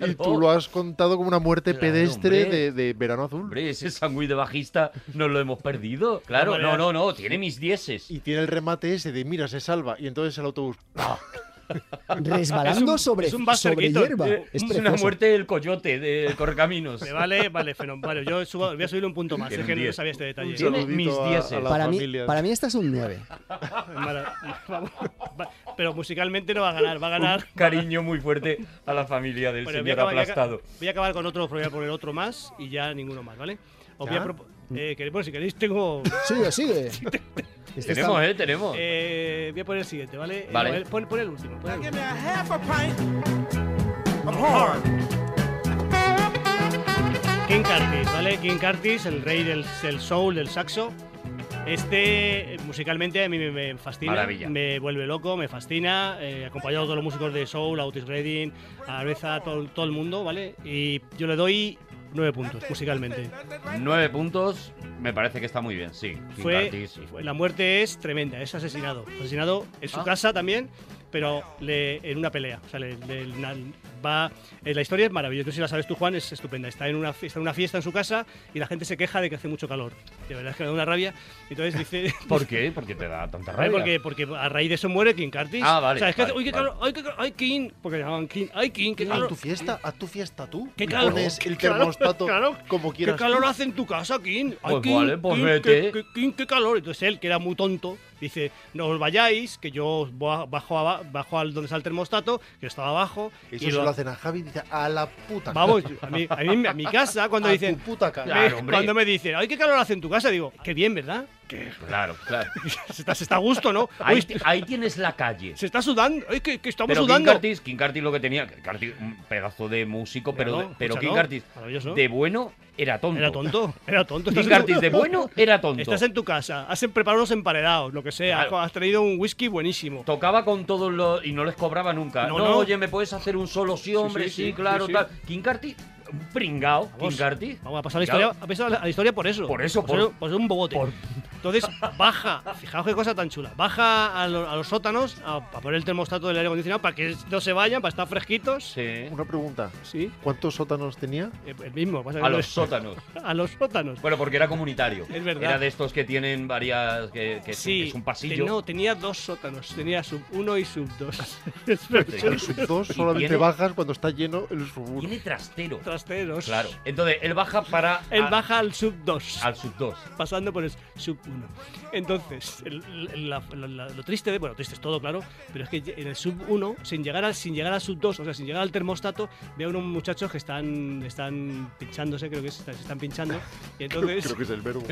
Speaker 3: y tú
Speaker 2: Claro.
Speaker 3: lo has contado como una muerte
Speaker 2: Claro,
Speaker 3: pedestre
Speaker 2: hombre.
Speaker 3: de, de verano azul.
Speaker 2: Hombre, ese sándwich de bajista nos lo hemos perdido. Claro,
Speaker 4: Hombre.
Speaker 2: no, no, no, tiene mis dieces.
Speaker 3: Y tiene el remate ese de mira, se salva. Y entonces el autobús. ¡pah!
Speaker 5: Resbalando
Speaker 4: Es un-
Speaker 5: sobre,
Speaker 4: es un Buster
Speaker 5: sobre
Speaker 4: Keaton.
Speaker 5: hierba.
Speaker 2: Eh, es
Speaker 5: Es
Speaker 2: una
Speaker 5: precioso.
Speaker 2: muerte del coyote, del correcaminos.
Speaker 4: Me vale, vale, fenomenal. Vale, yo subo- voy a subir un punto más.
Speaker 2: Tiene
Speaker 4: Es
Speaker 2: un
Speaker 4: que no
Speaker 2: 10.
Speaker 4: sabía este detalle.
Speaker 3: Un
Speaker 2: Tiene
Speaker 3: saludito
Speaker 2: mis
Speaker 3: a- a
Speaker 2: dieces.
Speaker 3: la
Speaker 5: Para mí,
Speaker 3: familia.
Speaker 5: para mí esta es un 9.
Speaker 4: Mara- vamos, va- Pero musicalmente no va a ganar, va a
Speaker 2: Un
Speaker 4: ganar.
Speaker 2: cariño muy fuerte a la familia del
Speaker 4: Bueno, voy, a
Speaker 2: señor
Speaker 4: acabar, voy a aca-
Speaker 2: aplastado.
Speaker 4: voy a acabar con otro, voy a poner otro más y ya ninguno más, ¿vale? Os voy
Speaker 3: ¿Ya?
Speaker 4: a propo- eh, queréis- bueno, si queréis, tengo.
Speaker 5: Sigue, sigue. Este está-
Speaker 2: Tenemos, eh, tenemos.
Speaker 4: eh, voy a poner el siguiente, ¿vale? Eh,
Speaker 2: Vale.
Speaker 4: no, el- pon, pon el último. pon el
Speaker 1: Give me
Speaker 4: último.
Speaker 1: a half a pint of horn.
Speaker 4: King Curtis, ¿vale? King Curtis, el rey del, del soul, del saxo. Este eh, musicalmente a mí me, me fascina,
Speaker 2: Maravilla.
Speaker 4: me vuelve loco, me fascina, eh, acompañado de todos los músicos de soul, Otis Redding, a Areza, todo, todo el mundo, ¿vale? Y yo le doy nueve puntos musicalmente.
Speaker 2: Nueve puntos, me parece que está muy bien, sí. King
Speaker 4: Fue,
Speaker 2: Curtis, sí.
Speaker 4: fue- la muerte es tremenda, es asesinado. Asesinado en su
Speaker 2: Ah.
Speaker 4: casa también, pero le- en una pelea. O sea, le- le- na- va, eh, la historia es maravillosa, no sé si la sabes tú, Juan, es estupenda. Está en, una, fi- está en una fiesta en su casa y la gente se queja de que hace mucho calor. De verdad es que me da una rabia. Entonces dice...
Speaker 2: ¿Por qué? ¿Por qué te da tanta
Speaker 4: ¿Vale?
Speaker 2: rabia?
Speaker 4: Eh, Porque, porque a raíz de eso muere King Curtis.
Speaker 2: Ah, vale,
Speaker 4: O sea, es que hace,
Speaker 2: vale,
Speaker 4: uy, qué
Speaker 2: vale.
Speaker 4: calor, ay, qué calor, ay, King, porque le llamaban King, ay, King, qué
Speaker 3: Haz
Speaker 4: calor.
Speaker 3: tu fiesta, haz tu fiesta tú.
Speaker 4: Qué
Speaker 3: Y
Speaker 4: calor,
Speaker 3: Pones el
Speaker 4: qué calor,
Speaker 3: termostato
Speaker 4: claro.
Speaker 3: como
Speaker 4: ¿Qué
Speaker 3: quieras.
Speaker 4: calor hace en tu casa, King? Ay,
Speaker 2: Pues
Speaker 4: King,
Speaker 2: vale, pues
Speaker 4: King,
Speaker 2: vete.
Speaker 4: Qué, qué- King, qué calor. Entonces él, que era muy tonto, dice, no os vayáis, que yo os voy a- bajo, aba- bajo al donde está el termostato, que estaba abajo.
Speaker 3: Eso
Speaker 4: y
Speaker 3: se
Speaker 4: lo-
Speaker 3: lo hacen a Javi y dice a la puta.
Speaker 4: Vamos, a, mí- a mí- a mi casa, cuando
Speaker 3: a
Speaker 4: dicen...
Speaker 3: tu puta cara.
Speaker 2: Claro,
Speaker 4: me-
Speaker 2: hombre.
Speaker 4: cuando me dicen, ay, qué calor hace en tu casa, digo, qué bien, ¿verdad?
Speaker 2: Claro, claro.
Speaker 4: Se está, se está a gusto, ¿no?
Speaker 2: Ahí,
Speaker 4: Uy,
Speaker 2: ti- ahí tienes la calle.
Speaker 4: se está sudando, ay, que, que estamos
Speaker 2: Pero King
Speaker 4: sudando.
Speaker 2: Curtis, King Curtis lo que tenía, King Curtis, un pedazo de músico, pero,
Speaker 4: Claro,
Speaker 2: pero King
Speaker 4: escúchalo,
Speaker 2: Curtis
Speaker 4: maravilloso.
Speaker 2: de bueno era tonto.
Speaker 4: Era tonto, era tonto.
Speaker 2: King
Speaker 4: Estás-
Speaker 2: Curtis de bueno era tonto.
Speaker 4: Estás en tu casa, has preparado unos emparedados, lo que sea,
Speaker 2: Claro.
Speaker 4: has traído un whisky buenísimo.
Speaker 2: Tocaba con todos los. y no les cobraba nunca.
Speaker 4: No,
Speaker 2: No,
Speaker 4: no.
Speaker 2: oye, ¿me puedes hacer un solo sí, hombre?
Speaker 4: sí,
Speaker 2: Sí,
Speaker 4: sí,
Speaker 2: claro,
Speaker 4: sí, sí.
Speaker 2: tal. King Curtis, un pringao, King
Speaker 4: Vamos,
Speaker 2: Curtis.
Speaker 4: Vamos a pasar a la
Speaker 2: Claro.
Speaker 4: historia, a pasar a la- a la historia por eso.
Speaker 2: Por eso,
Speaker 4: por,
Speaker 2: por-
Speaker 4: ser- por ser un bogote.
Speaker 2: por-
Speaker 4: Entonces baja, fijaos qué cosa tan chula, baja a, lo- a los sótanos a, a poner el termostato del aire acondicionado para que no se vayan, para estar fresquitos.
Speaker 2: Sí.
Speaker 3: Una pregunta.
Speaker 4: Sí,
Speaker 3: ¿Cuántos sótanos tenía?
Speaker 4: eh, el mismo. pasa que
Speaker 2: A
Speaker 4: no
Speaker 2: los
Speaker 4: es-
Speaker 2: sótanos.
Speaker 4: a los sótanos.
Speaker 2: Bueno, porque era comunitario.
Speaker 4: Es verdad.
Speaker 2: Era de estos que tienen varias. que, que es-
Speaker 4: sí,
Speaker 2: es un pasillo.
Speaker 4: No, tenía dos sótanos, tenía sub 1 y sub 2.
Speaker 3: El sub 2
Speaker 2: Y
Speaker 3: solamente
Speaker 2: tiene-
Speaker 3: bajas cuando está lleno el sub 1.
Speaker 2: Tiene trastero.
Speaker 4: trasteros.
Speaker 2: Claro. Ah. Entonces, él baja para.
Speaker 4: Él
Speaker 2: a-
Speaker 4: baja al sub 2.
Speaker 2: al sub 2.
Speaker 4: pasando por el sub 1. Entonces, el- el- la- la- la- lo triste de, bueno, triste es todo, claro, pero es que en el sub 1, sin llegar al, sin llegar al sub 2, o sea, sin llegar al termostato, veo a unos muchachos que están, están pinchándose, creo que se están, se están pinchando, y entonces...
Speaker 3: Creo que es el verbo.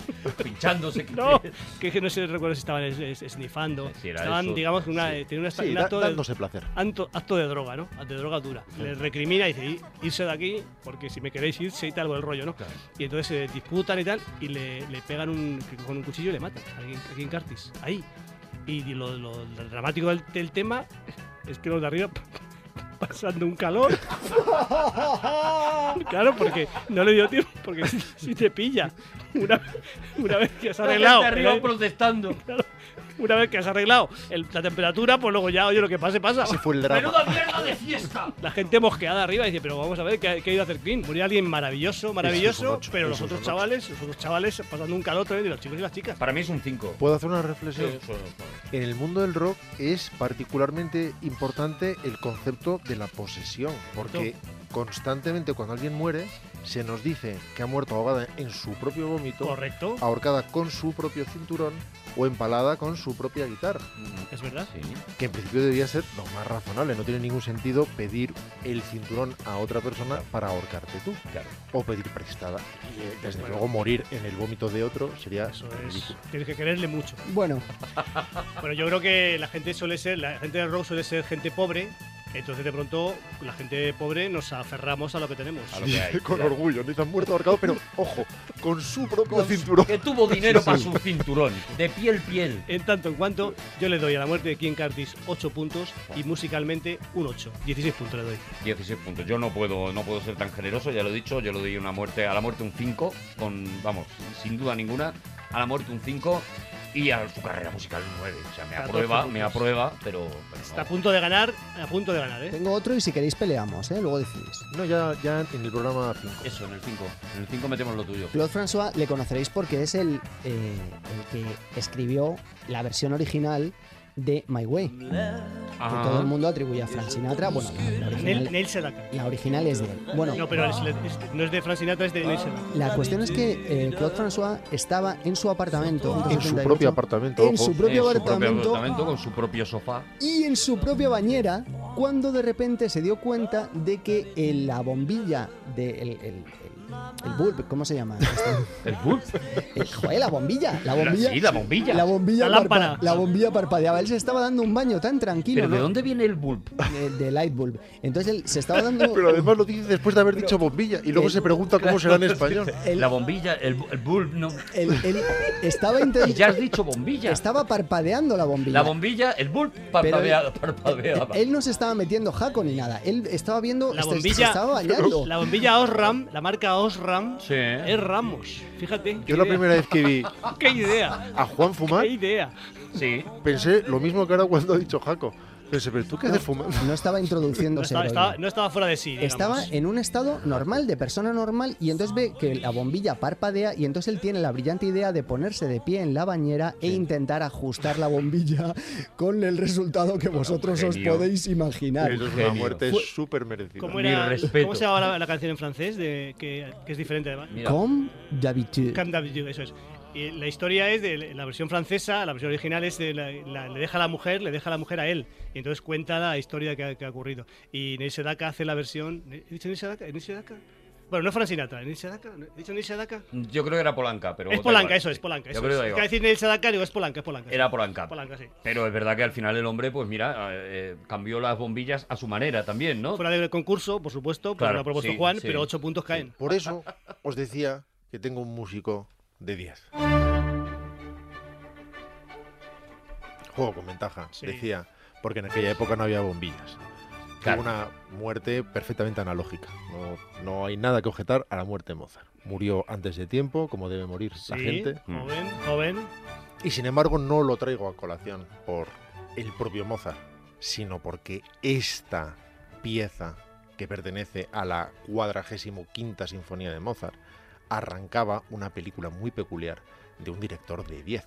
Speaker 2: Pinchándose. que-
Speaker 4: No, que, que no se recuerdo si estaban es- es- esnifando,
Speaker 2: Sí, era
Speaker 4: estaban,
Speaker 2: eso.
Speaker 4: digamos, en una,
Speaker 2: Sí.
Speaker 4: tenían una,
Speaker 3: Sí,
Speaker 4: un
Speaker 3: da-
Speaker 4: acto de,
Speaker 3: dándose placer.
Speaker 4: acto, acto de droga, ¿no? De droga dura. Le recrimina y dice, "I- irse de aquí, porque si me queréis irse y tal, o el rollo, ¿no?
Speaker 2: Claro.
Speaker 4: Y entonces se disputan y tal, y le, le pegan un, con un cuchillo y le matan a alguien- a King Curtis. Ahí. Y lo, lo- lo dramático del, del tema es que los de arriba pasando un calor. claro, porque no le dio tiempo, porque si, si te pilla, una, una vez que has
Speaker 2: Los de
Speaker 4: arreglado...
Speaker 2: arriba
Speaker 4: eh,
Speaker 2: protestando.
Speaker 4: una vez que has arreglado el- la temperatura, pues luego ya, oye, lo que pase, pasa.
Speaker 3: Ese fue el drama.
Speaker 2: ¡Menuda mierda de fiesta!
Speaker 4: La gente mosqueada arriba dice, pero vamos a ver, ¿qué ha, qué ha ido a hacer Queen? Murió alguien maravilloso,
Speaker 3: Esos son
Speaker 4: maravilloso,
Speaker 3: ocho,
Speaker 4: pero los
Speaker 3: esos
Speaker 4: otros
Speaker 3: son ocho.
Speaker 4: chavales, los otros chavales pasando un calor tremendo, y los chicos y las chicas.
Speaker 2: Para mí es un 5.
Speaker 4: Pues,
Speaker 3: ¿Puedo hacer una reflexión? En el mundo del rock es particularmente importante el concepto de la posesión, porque constantemente cuando alguien muere se nos dice que ha muerto ahogada en su propio vómito,
Speaker 4: Correcto,
Speaker 3: ahorcada con su propio cinturón o empalada con su propia guitarra.
Speaker 4: es verdad.
Speaker 6: Sí.
Speaker 3: Que en principio debería ser lo más razonable. No tiene ningún sentido pedir el cinturón a otra persona para ahorcarte tú.
Speaker 2: Claro.
Speaker 3: O pedir prestada. Y, eh, desde
Speaker 4: Bueno.
Speaker 3: luego morir en el vómito de otro sería
Speaker 4: Eso es.
Speaker 3: ridículo.
Speaker 4: Tienes que quererle mucho.
Speaker 5: Bueno,
Speaker 4: Bueno, yo creo que la gente suele ser, la gente del rock suele ser gente pobre. Entonces de pronto la gente pobre nos aferramos a lo que tenemos.
Speaker 2: A lo que hay.
Speaker 3: Con
Speaker 2: Ya.
Speaker 3: orgullo, ni tan muerto ahorcado, pero ojo, con su propio cinturón.
Speaker 2: Que tuvo dinero para su cinturón, de piel piel.
Speaker 4: En tanto en cuanto, yo le doy a la muerte de King Curtis 8 puntos y musicalmente un 8. 16 puntos le doy.
Speaker 2: 16 puntos. Yo no puedo, no puedo ser tan generoso, ya lo he dicho, yo le doy una muerte, a la muerte un 5, con, vamos, sin duda ninguna, a la muerte un 5 y a su carrera musical un 9. O sea, me
Speaker 4: 14
Speaker 2: aprueba, me
Speaker 4: puntos.
Speaker 2: aprueba, pero, pero
Speaker 4: Está a
Speaker 2: no.
Speaker 4: punto de ganar, a punto de ganar, ¿eh?
Speaker 5: tengo otro y si queréis peleamos, ¿eh? luego decidís.
Speaker 3: No, ya, ya en el programa 5.
Speaker 2: Eso, en el 5. En el 5 metemos lo tuyo.
Speaker 5: Claude François le conoceréis porque es el, eh, el que escribió la versión original de My Way,
Speaker 2: Ah,
Speaker 5: que todo el mundo atribuye a Frank Sinatra. Bueno, la, la
Speaker 4: Neil,
Speaker 5: original,
Speaker 4: Neil Sedaka.
Speaker 5: la original es de él. Bueno,
Speaker 4: No, pero es- es- no es de Frank Sinatra, es de Neil Sedaka.
Speaker 5: la cuestión es que eh, Claude François estaba en su apartamento.
Speaker 3: En su
Speaker 5: 178,
Speaker 3: propio apartamento,
Speaker 5: En
Speaker 3: ojo.
Speaker 5: su propio
Speaker 2: En su propio
Speaker 5: apartamento
Speaker 2: apartamento, con su propio sofá.
Speaker 5: y en su propia bañera cuando de repente se dio cuenta de que el- la bombilla de el, el, el- el bulb, ¿cómo se llama? Esto?
Speaker 2: El bulb.
Speaker 5: Eh, joder, la bombilla, la bombilla.
Speaker 2: Sí, la bombilla.
Speaker 5: La bombilla,
Speaker 4: La
Speaker 5: parpa-
Speaker 4: lámpara.
Speaker 5: la bombilla parpadeaba. Él se estaba dando un baño tan tranquilo.
Speaker 2: Pero ¿de
Speaker 5: ¿no?
Speaker 2: dónde viene el bulb?
Speaker 5: De, de light bulb. Entonces él se estaba dando.
Speaker 3: Pero además lo dice después de haber dicho bombilla y luego
Speaker 5: el-
Speaker 3: se pregunta cómo será en español.
Speaker 5: él-
Speaker 2: La bombilla, el, bu- el bulb, no.
Speaker 5: él- él estaba inten-
Speaker 2: Ya has dicho bombilla.
Speaker 5: Estaba parpadeando la bombilla.
Speaker 2: La bombilla, el bulb, parpadeaba, parpadeaba.
Speaker 5: Él no se estaba metiendo jaco ni nada. Él estaba viendo.
Speaker 4: La
Speaker 5: se- se
Speaker 4: bombilla-
Speaker 5: estaba bañando.
Speaker 4: La bombilla Osram, la marca Osram,
Speaker 2: Sí.
Speaker 4: es Ramos. Fíjate. qué
Speaker 3: Yo la
Speaker 4: idea.
Speaker 3: primera vez que vi
Speaker 4: ¡Qué idea!
Speaker 3: a Juan fumar
Speaker 4: ¡Qué idea!
Speaker 2: Sí.
Speaker 3: pensé lo mismo que ahora cuando ha dicho Jaco. Pensé, pero tú qué haces fumando.
Speaker 5: No estaba
Speaker 4: No
Speaker 5: introduciéndose.
Speaker 4: estaba,
Speaker 5: heroína.
Speaker 4: estaba- no estaba fuera de sí. digamos.
Speaker 5: Estaba en un estado normal, de persona normal, y entonces ve que la bombilla parpadea y entonces él tiene la brillante idea de ponerse de pie en la bañera e intentar ajustar la bombilla con el resultado que vosotros os
Speaker 2: genio.
Speaker 5: podéis imaginar.
Speaker 3: Eso es una
Speaker 2: genio.
Speaker 3: muerte
Speaker 5: Fue-
Speaker 3: súper merecida.
Speaker 4: ¿Cómo,
Speaker 2: Mi
Speaker 4: era-
Speaker 2: respeto.
Speaker 4: ¿Cómo se llama la, la canción en francés? De, que, que es diferente además.
Speaker 2: Mira,
Speaker 5: Comme d'habitude.
Speaker 4: Camp David, eso es. Y la historia es de la versión francesa, la versión original es de la- la- le deja a la mujer, le deja a la mujer a él. Y entonces cuenta la historia que ha, que ha ocurrido. Y Neil Sedaka hace la versión. ¿He dicho Neil Sedaka? ¿Neil Sedaka? Bueno, no Frank Sinatra, Neil Sedaka. ¿He dicho Neil Sedaka?
Speaker 2: Yo creo que era Polanca, pero.
Speaker 4: Es
Speaker 2: da
Speaker 4: Polanca,
Speaker 2: igual.
Speaker 4: eso es, Polanca.
Speaker 2: Yo
Speaker 4: Eso
Speaker 2: creo
Speaker 4: es.
Speaker 2: que da
Speaker 4: Es que
Speaker 2: igual.
Speaker 4: decir Neil Sedaka, digo, es Polanca, es Polanca.
Speaker 2: Era Polanca.
Speaker 4: Polanca, sí.
Speaker 2: Pero es verdad que al final el hombre, pues mira, eh, eh, cambió las bombillas a su manera también, ¿no?
Speaker 4: Fuera del concurso, por supuesto, porque
Speaker 2: Claro,
Speaker 4: lo ha propuesto
Speaker 2: sí,
Speaker 4: Juan,
Speaker 2: sí.
Speaker 4: pero ocho puntos caen.
Speaker 3: Por eso os decía que tengo un músico de 10. Juego con ventaja,
Speaker 4: Sí.
Speaker 3: decía, porque en aquella época no había bombillas. Fue
Speaker 2: Claro.
Speaker 3: una muerte perfectamente analógica. No, no hay nada que objetar a la muerte de Mozart. Murió antes de tiempo, como debe morir la
Speaker 4: Sí,
Speaker 3: gente.
Speaker 2: mm.
Speaker 4: Joven, joven.
Speaker 3: Y sin embargo no lo traigo a colación por el propio Mozart, sino porque esta pieza que pertenece a la 45 Sinfonía de Mozart arrancaba una película muy peculiar de un director de 10,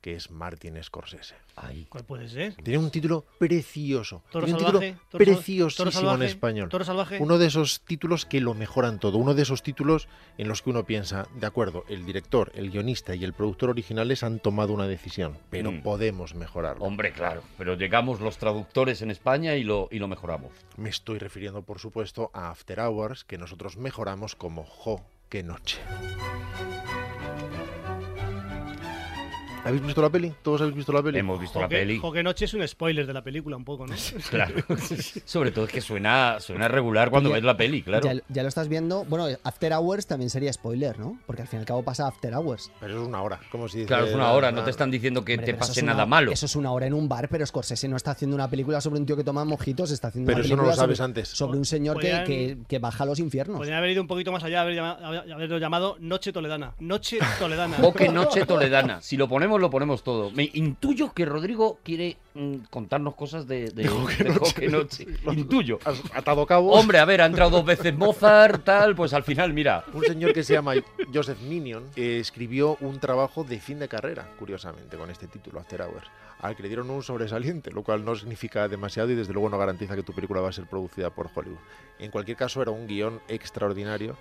Speaker 3: que es Martin Scorsese.
Speaker 2: Ay.
Speaker 4: ¿Cuál puede ser?
Speaker 3: Tiene un título precioso,
Speaker 4: Pues Toro
Speaker 3: tiene un
Speaker 4: salvaje.
Speaker 3: título
Speaker 4: Toro sal-
Speaker 3: preciosísimo
Speaker 4: Toro salvaje,
Speaker 3: en español.
Speaker 4: Toro salvaje.
Speaker 3: Uno de esos títulos que lo mejoran todo, uno de esos títulos en los que uno piensa, de acuerdo, el director, el guionista y el productor originales han tomado una decisión, pero
Speaker 2: Mm.
Speaker 3: podemos mejorarlo.
Speaker 2: Hombre, claro. Pero llegamos los traductores en España y lo, y lo mejoramos.
Speaker 3: Me estoy refiriendo, por supuesto, a After Hours, que nosotros mejoramos como Jo, qué noche. ¿Habéis visto la peli? ¿Todos habéis visto la peli?
Speaker 2: Hemos visto Pues la
Speaker 4: Joque-
Speaker 2: peli.
Speaker 4: Joque Noche es un spoiler de la película, un poco, ¿no?
Speaker 2: Claro. Sobre todo es que suena, suena regular cuando
Speaker 5: Ya-
Speaker 2: ves la peli, claro.
Speaker 5: Ya, ya lo estás viendo. Bueno, After Hours también sería spoiler, ¿no? Porque al fin y al cabo pasa After Hours.
Speaker 3: Pero eso es una hora, como si "Ah, dice
Speaker 2: Claro, es una
Speaker 3: la-
Speaker 2: hora,
Speaker 3: la-
Speaker 2: no te están diciendo que
Speaker 5: Hombre,
Speaker 2: te
Speaker 5: pero eso
Speaker 2: pase
Speaker 5: es una-
Speaker 2: nada malo.
Speaker 5: Eso es una hora en un bar, pero Scorsese no está haciendo una película sobre un tío que toma mojitos, está haciendo
Speaker 3: Pero
Speaker 5: una
Speaker 3: eso no
Speaker 5: película
Speaker 3: lo sabes
Speaker 5: sobre,
Speaker 3: antes.
Speaker 5: sobre un señor que,
Speaker 4: Podrían-
Speaker 5: que- que baja a los infiernos.
Speaker 4: Podrían haber ido un poquito más allá, haber llama- haber- haberlo llamado Noche Toledana. Noche Toledana.
Speaker 2: O que noche toledana. Si lo ponemos, lo ponemos todo. Me intuyo que Rodrigo quiere mm, contarnos cosas de, de, de Joque Noche. Intuyo.
Speaker 3: Has atado cabos.
Speaker 2: Hombre, a ver, ha entrado dos veces Mozart, tal, pues al final, mira.
Speaker 3: Un señor que se llama Joseph Minion eh, escribió un trabajo de fin de carrera, curiosamente, con este título, After Hours, al que le dieron un sobresaliente, lo cual no significa demasiado y desde luego no garantiza que tu película va a ser producida por Hollywood. En cualquier caso, era un guión extraordinario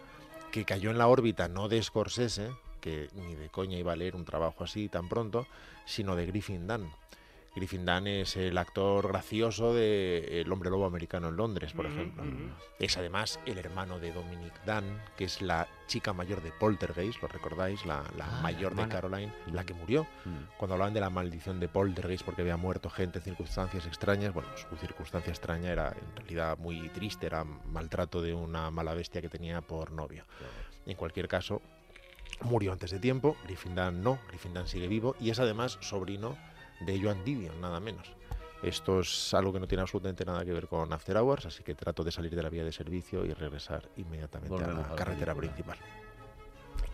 Speaker 3: que cayó en la órbita no de Scorsese, que ni de coña iba a leer un trabajo así tan pronto, sino de Griffin Dunn. Griffin Dunn es el actor gracioso de El hombre lobo americano en Londres, por
Speaker 4: Ujú,
Speaker 3: ejemplo.
Speaker 4: ujú.
Speaker 3: Es además el hermano de Dominic Dunn, que es la chica mayor de Poltergeist, ¿lo recordáis? La, la
Speaker 6: Ah, la
Speaker 3: mayor de
Speaker 6: hermana.
Speaker 3: Caroline,
Speaker 6: Mm.
Speaker 3: la que murió.
Speaker 6: Mm.
Speaker 3: Cuando hablaban de la maldición de Poltergeist porque había muerto gente en circunstancias extrañas, bueno, su circunstancia extraña era en realidad muy triste, era maltrato de una mala bestia que tenía por novio. En cualquier caso, murió antes de tiempo, Gryffindor no, Gryffindor sigue vivo y es además sobrino de Joan Didion, nada menos. Esto es algo que no tiene absolutamente nada que ver con After Hours, así que trato de salir de la vía de servicio y regresar inmediatamente
Speaker 6: Volvemos
Speaker 3: a
Speaker 6: a
Speaker 3: la
Speaker 6: la
Speaker 3: carretera
Speaker 6: película.
Speaker 3: principal.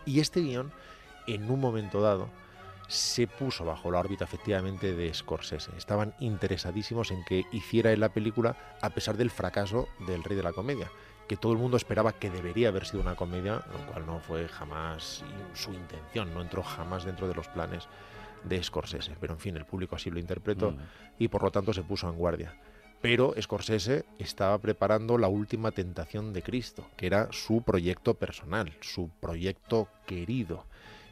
Speaker 3: Y este guión, en un momento dado, se puso bajo la órbita efectivamente de Scorsese. Estaban interesadísimos en que hiciera él la película a pesar del fracaso del Rey de la Comedia, que todo el mundo esperaba que debería haber sido una comedia, lo cual no fue jamás su intención, no entró jamás dentro de los planes de Scorsese. Pero en fin, el público así lo interpretó
Speaker 6: Mm.
Speaker 3: y por lo tanto se puso en guardia. Pero Scorsese estaba preparando La Última Tentación de Cristo, que era su proyecto personal, su proyecto querido.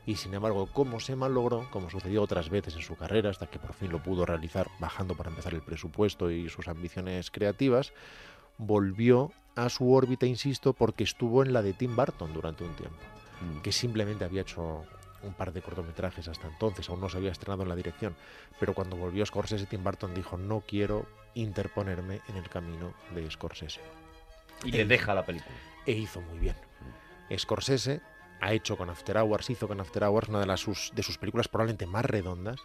Speaker 3: Y sin embargo, como se malogró, como sucedió otras veces en su carrera, hasta que por fin lo pudo realizar bajando para empezar el presupuesto y sus ambiciones creativas, volvió a su órbita, insisto, porque estuvo en la de Tim Burton durante un tiempo
Speaker 6: Mm.
Speaker 3: que simplemente había hecho un par de cortometrajes hasta entonces, aún no se había estrenado en la dirección, pero cuando volvió Scorsese, Tim Burton dijo, no quiero interponerme en el camino de Scorsese.
Speaker 2: Y le
Speaker 3: El-
Speaker 2: deja la película.
Speaker 3: E hizo muy bien. Scorsese ha hecho con After Hours, hizo con After Hours una de, las sus, de sus películas probablemente más redondas,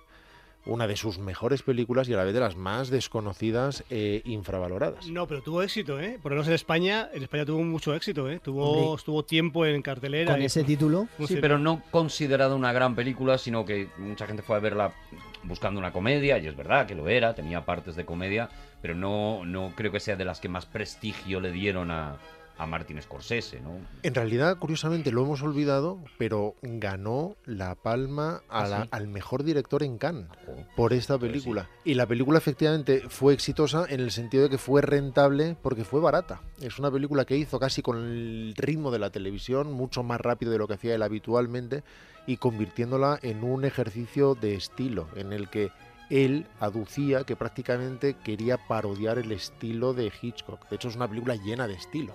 Speaker 3: una de sus mejores películas y a la vez de las más desconocidas e infravaloradas.
Speaker 4: No, pero tuvo éxito, ¿eh? Por lo menos en España, en España tuvo mucho éxito, ¿eh? Tuvo,
Speaker 5: Hombre.
Speaker 4: estuvo tiempo en cartelera.
Speaker 5: Con
Speaker 4: y
Speaker 5: ese título,
Speaker 2: Sí,
Speaker 4: funcionó.
Speaker 2: pero no considerada una gran película, sino que mucha gente fue a verla buscando una comedia, y es verdad que lo era, tenía partes de comedia, pero no, no creo que sea de las que más prestigio le dieron a, a Martin Scorsese, ¿no?
Speaker 3: En realidad, curiosamente, lo hemos olvidado, pero ganó la palma a
Speaker 2: Ah,
Speaker 3: la-
Speaker 2: sí. Pues
Speaker 3: al mejor director en Cannes
Speaker 2: Ojo.
Speaker 3: por esta
Speaker 2: Entonces,
Speaker 3: película. Y la película efectivamente fue exitosa en el sentido de que fue rentable porque fue barata. Es una película que hizo casi con el ritmo de la televisión, mucho más rápido de lo que hacía él habitualmente, y convirtiéndola en un ejercicio de estilo, en el que él aducía que prácticamente quería parodiar el estilo de Hitchcock. De hecho, es una película llena de estilo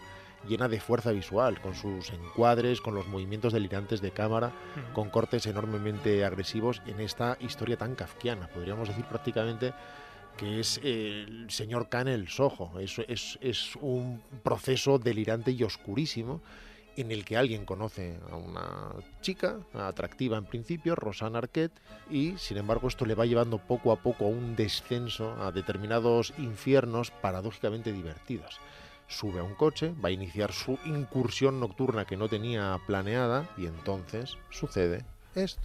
Speaker 3: llena de fuerza visual, con sus encuadres, con los movimientos delirantes de cámara,
Speaker 4: Ujú.
Speaker 3: con cortes enormemente agresivos en esta historia tan kafkiana. Podríamos decir prácticamente que es eh, el señor Khan el sojo. Es, es- es un proceso delirante y oscurísimo en el que alguien conoce a una chica atractiva en principio, Rosanne Arquette, y sin embargo esto le va llevando poco a poco a un descenso a determinados infiernos paradójicamente divertidos sube a un coche, va a iniciar su incursión nocturna que no tenía planeada y entonces sucede esto.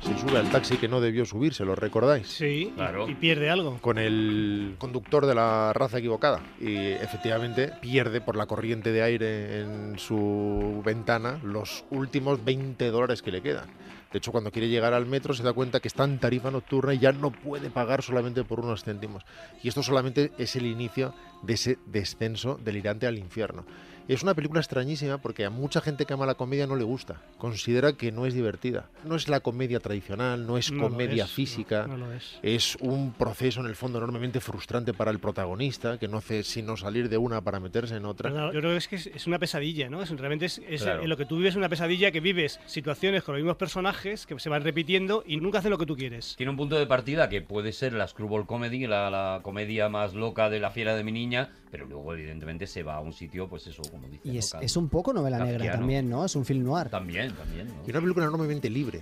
Speaker 3: Se sube al taxi que no debió subirse, ¿lo recordáis?
Speaker 4: Sí, y-
Speaker 2: Claro.
Speaker 4: y, pierde algo.
Speaker 3: con el conductor de la raza equivocada y efectivamente pierde por la corriente de aire en su ventana los últimos 20 dólares que le quedan. De hecho, cuando quiere llegar al metro se da cuenta que está en tarifa nocturna y ya no puede pagar solamente por unos céntimos. Y esto solamente es el inicio de ese descenso delirante al infierno. Es una película extrañísima porque a mucha gente que ama la comedia no le gusta. Considera que no es divertida. No es la comedia tradicional, no es
Speaker 4: No lo
Speaker 3: comedia
Speaker 4: es, no,
Speaker 3: física
Speaker 4: No, lo es.
Speaker 3: es un proceso en el fondo enormemente frustrante para el protagonista, que no hace sino salir de una para meterse en otra.
Speaker 4: Pero Yo creo que es que es- es una pesadilla, ¿no? Es, realmente es, es-
Speaker 2: Claro.
Speaker 4: en lo que tú vives es una pesadilla que vives situaciones con los mismos personajes que se van repitiendo y nunca hacen lo que tú quieres.
Speaker 2: Tiene un punto de partida que puede ser la screwball comedy, la, la comedia más loca de la fiera de mi niña, pero luego evidentemente se va a un sitio, pues eso, como dice.
Speaker 5: y es,
Speaker 2: loca.
Speaker 5: es un poco novela negra
Speaker 2: Kafkiano.
Speaker 5: también, ¿no? Es un film noir.
Speaker 2: También, también, ¿no?
Speaker 3: Y una película enormemente libre.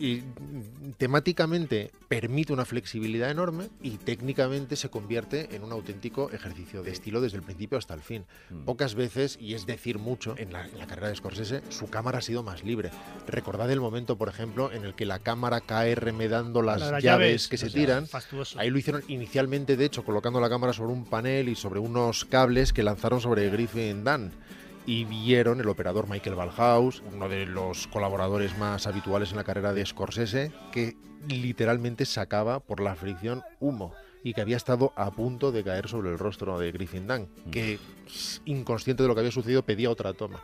Speaker 3: Y mm, temáticamente permite una flexibilidad enorme y técnicamente se convierte en un auténtico ejercicio de estilo desde el principio hasta el fin.
Speaker 2: Mm.
Speaker 3: Pocas veces, y es decir mucho, en la, en la carrera de Scorsese, su cámara ha sido más libre. Recordad el momento, por ejemplo, en el que la cámara cae remedando las,
Speaker 4: Las
Speaker 3: llaves, que se
Speaker 4: o sea,
Speaker 3: tiran.
Speaker 4: fastuoso.
Speaker 3: Ahí lo hicieron inicialmente, de hecho, colocando la cámara sobre un panel y sobre unos cables que lanzaron sobre Griffin Dan. y vieron el operador Michael Balhaus, uno de los colaboradores más habituales en la carrera de Scorsese, que literalmente sacaba por la fricción humo y que había estado a punto de caer sobre el rostro de Griffin Dunn, que inconsciente de lo que había sucedido pedía otra toma.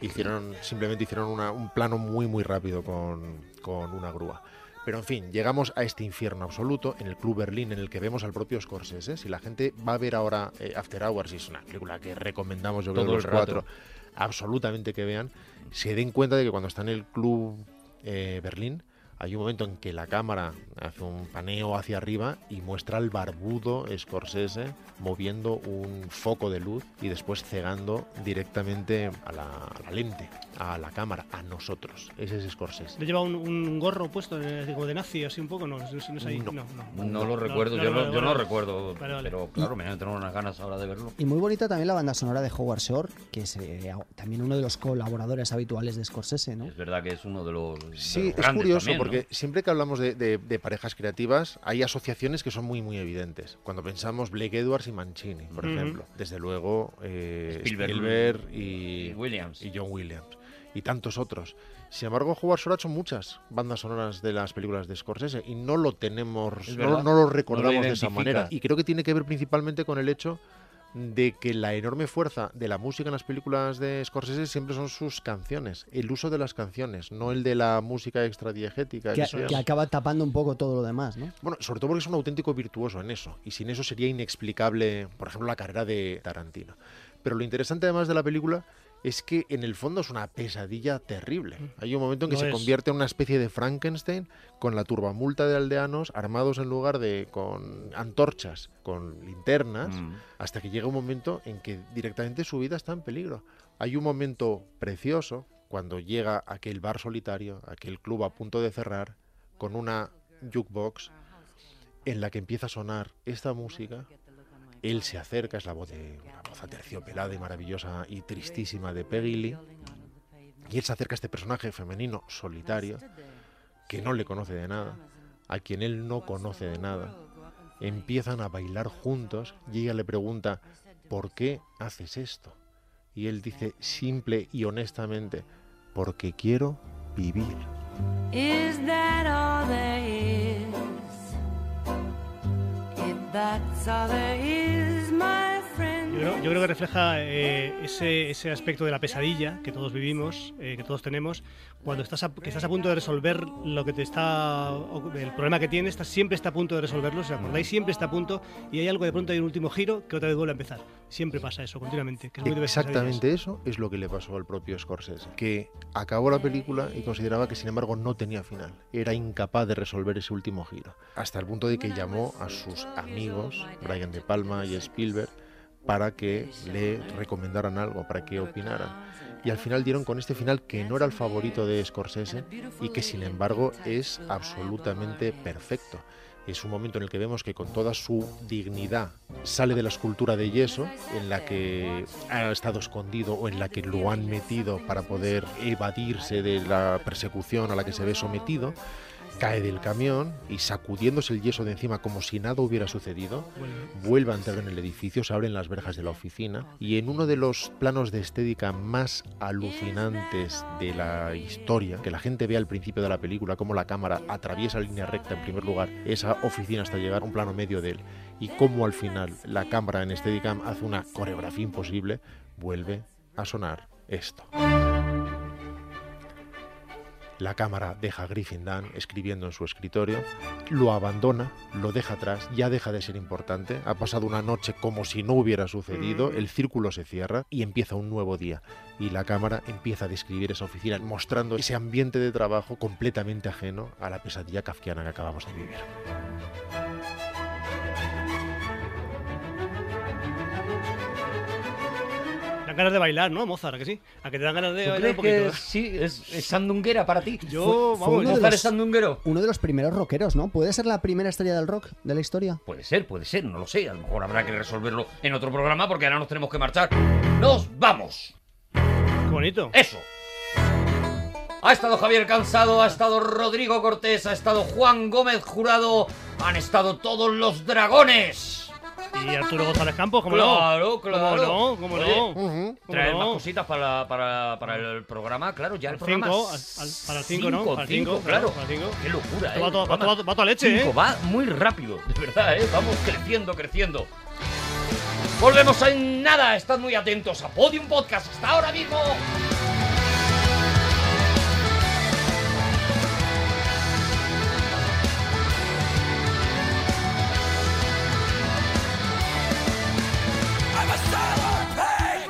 Speaker 3: Hicieron, simplemente hicieron una- un plano muy muy rápido con, con una grúa. Pero en fin, llegamos a este infierno absoluto en el Club Berlín en el que vemos al propio Scorsese. Si la gente va a ver ahora eh, After Hours, y es una película que recomendamos yo creo
Speaker 6: Todo
Speaker 3: los
Speaker 6: el rato.
Speaker 3: cuatro, absolutamente que vean, se den cuenta de que cuando está en el Club eh, Berlín hay un momento en que la cámara hace un paneo hacia arriba y muestra al barbudo Scorsese moviendo un foco de luz y después cegando directamente a la, a la lente, a la cámara, a nosotros. Ese es Scorsese.
Speaker 4: ¿Le lleva un, un gorro puesto eh, como de nazi, así un poco? No, no, no es ahí.
Speaker 3: No.
Speaker 4: No, no,
Speaker 2: No lo recuerdo,
Speaker 4: no,
Speaker 2: yo,
Speaker 4: vale,
Speaker 2: no, yo no
Speaker 4: vale.
Speaker 2: lo recuerdo.
Speaker 4: Vale, vale.
Speaker 2: Pero claro, me han tenido unas ganas ahora de verlo.
Speaker 5: Y muy bonita también la banda sonora de Howard Shore, que es eh, también uno de los colaboradores habituales de Scorsese, ¿no?
Speaker 2: Es verdad que es uno de los. de
Speaker 3: Sí,
Speaker 2: los
Speaker 3: es
Speaker 2: grandes
Speaker 3: curioso
Speaker 2: también, ¿no?
Speaker 3: porque siempre que hablamos de, de- de parejas creativas hay asociaciones que son muy muy evidentes. Cuando pensamos Blake Edwards y Mancini, por
Speaker 4: Ujú.
Speaker 3: ejemplo, desde luego eh,
Speaker 2: Spielberg.
Speaker 3: Spielberg, y,
Speaker 2: Y Williams.
Speaker 3: y John Williams y tantos otros. Sin embargo, Howard Shore ha hecho muchas bandas sonoras de las películas de Scorsese y no lo tenemos,
Speaker 2: Es
Speaker 3: no,
Speaker 2: verdad,
Speaker 3: no lo recordamos de esa
Speaker 2: identifica.
Speaker 3: manera. Y creo que tiene que ver principalmente con el hecho de que la enorme fuerza de la música en las películas de Scorsese siempre son sus canciones, el uso de las canciones, no el de la música extradiegética.
Speaker 5: Que,
Speaker 3: eso ya
Speaker 5: que
Speaker 3: es-
Speaker 5: acaba tapando un poco todo lo demás, ¿no?
Speaker 3: bueno, sobre todo porque es un auténtico virtuoso en eso, y sin eso sería inexplicable, por ejemplo, la carrera de Tarantino. Pero lo interesante además de la película es que en el fondo es una pesadilla terrible. Hay un momento en que
Speaker 4: Lo
Speaker 3: se
Speaker 4: es.
Speaker 3: convierte en una especie de Frankenstein con la turbamulta de aldeanos armados en lugar de con antorchas, con linternas,
Speaker 2: Mm.
Speaker 3: hasta que llega un momento en que directamente su vida está en peligro. Hay un momento precioso cuando llega aquel bar solitario, aquel club a punto de cerrar, con una jukebox en la que empieza a sonar esta música. Él se acerca, es la voz de una voz aterciopelada y maravillosa y tristísima de Peggy Lee. Y él se acerca a este personaje femenino solitario que no le conoce de nada, a quien él no conoce de nada. Empiezan a bailar juntos y ella le pregunta, ¿por qué haces esto? Y él dice simple y honestamente, porque quiero vivir.
Speaker 7: Is that all there is? If that's all there is, my
Speaker 4: Yo
Speaker 7: friend.
Speaker 4: creo, yo creo que refleja eh, ese, ese aspecto de la pesadilla que todos vivimos, eh, que todos tenemos, cuando estás a, que estás a punto de resolver lo que te está, o- el problema que tienes, estás, siempre está a punto de resolverlo, si os
Speaker 2: Mm.
Speaker 4: acordáis, siempre está a punto, y hay algo de pronto hay un último giro que otra vez vuelve a empezar. Siempre pasa eso, continuamente. Que es muy de las
Speaker 3: Exactamente eso es lo que le pasó al propio Scorsese, que acabó la película y consideraba que sin embargo no tenía final, era incapaz de resolver ese último giro, hasta el punto de que llamó a sus amigos, Brian De Palma y Spielberg, para que le recomendaran algo, para que opinaran. Y al final dieron con este final que no era el favorito de Scorsese y que sin embargo es absolutamente perfecto. Es un momento en el que vemos que con toda su dignidad sale de la escultura de yeso en la que ha estado escondido o en la que lo han metido para poder evadirse de la persecución a la que se ve sometido. Cae del camión y sacudiéndose el yeso de encima como si nada hubiera sucedido, vuelve a entrar en el edificio, se abren las verjas de la oficina y en uno de los planos de estética más alucinantes de la historia, que la gente ve al principio de la película cómo la cámara atraviesa línea recta en primer lugar esa oficina hasta llegar a un plano medio de él y cómo al final la cámara en Steadicam hace una coreografía imposible, vuelve a sonar esto. La cámara deja a Griffin Dunn escribiendo en su escritorio, lo abandona, lo deja atrás, ya deja de ser importante, ha pasado una noche como si no hubiera sucedido, el círculo se cierra y empieza un nuevo día. Y la cámara empieza a describir esa oficina, mostrando ese ambiente de trabajo completamente ajeno a la pesadilla kafkiana que acabamos de vivir.
Speaker 4: pesadillas. Dan ganas de bailar, ¿no? Mozart, ¿a que sí. A que te dan ganas de
Speaker 6: ¿Tú
Speaker 4: bailar
Speaker 6: crees
Speaker 4: un poquito.
Speaker 6: que sí? ¿Es, es sandunguera para ti?
Speaker 4: Yo,
Speaker 5: Fue- fue
Speaker 4: vamos,
Speaker 5: uno de
Speaker 6: ¿Mozart
Speaker 5: los-
Speaker 6: es sandunguero?
Speaker 5: Uno de los primeros rockeros, ¿no? Puede ser la primera estrella del rock de la historia.
Speaker 2: Puede ser, puede ser, no lo sé. A lo mejor habrá que resolverlo en otro programa porque ahora nos tenemos que marchar. ¡Nos vamos!
Speaker 4: qué bonito.
Speaker 2: Eso. Ha estado Javier Cansado, ha estado Rodrigo Cortés, ha estado Juan Gómez Jurado, han estado todos los dragones.
Speaker 4: Y Arturo González Campos, ¿cómo
Speaker 2: Claro,
Speaker 4: no?
Speaker 2: claro.
Speaker 4: ¿Cómo no? ¿Cómo no? ¿Cómo
Speaker 8: Ujú.
Speaker 2: Traer
Speaker 4: no?
Speaker 2: más cositas para, para, para el programa, claro, ya el
Speaker 4: Al
Speaker 2: programa.
Speaker 4: cinco, al- al- para el cinco, ¿no?
Speaker 2: cinco,
Speaker 4: Para el cinco,
Speaker 2: cinco,
Speaker 4: claro,
Speaker 2: claro.
Speaker 4: para el cinco.
Speaker 2: Qué locura,
Speaker 4: Esto
Speaker 2: ¿eh?
Speaker 4: va todo- va
Speaker 2: Programa
Speaker 4: todo- va todo a leche,
Speaker 2: cinco,
Speaker 4: ¿eh?
Speaker 2: Va muy rápido, de verdad, ¿eh? Vamos creciendo, creciendo. Volvemos en nada, estad muy atentos a Podium Podcast, hasta ahora mismo.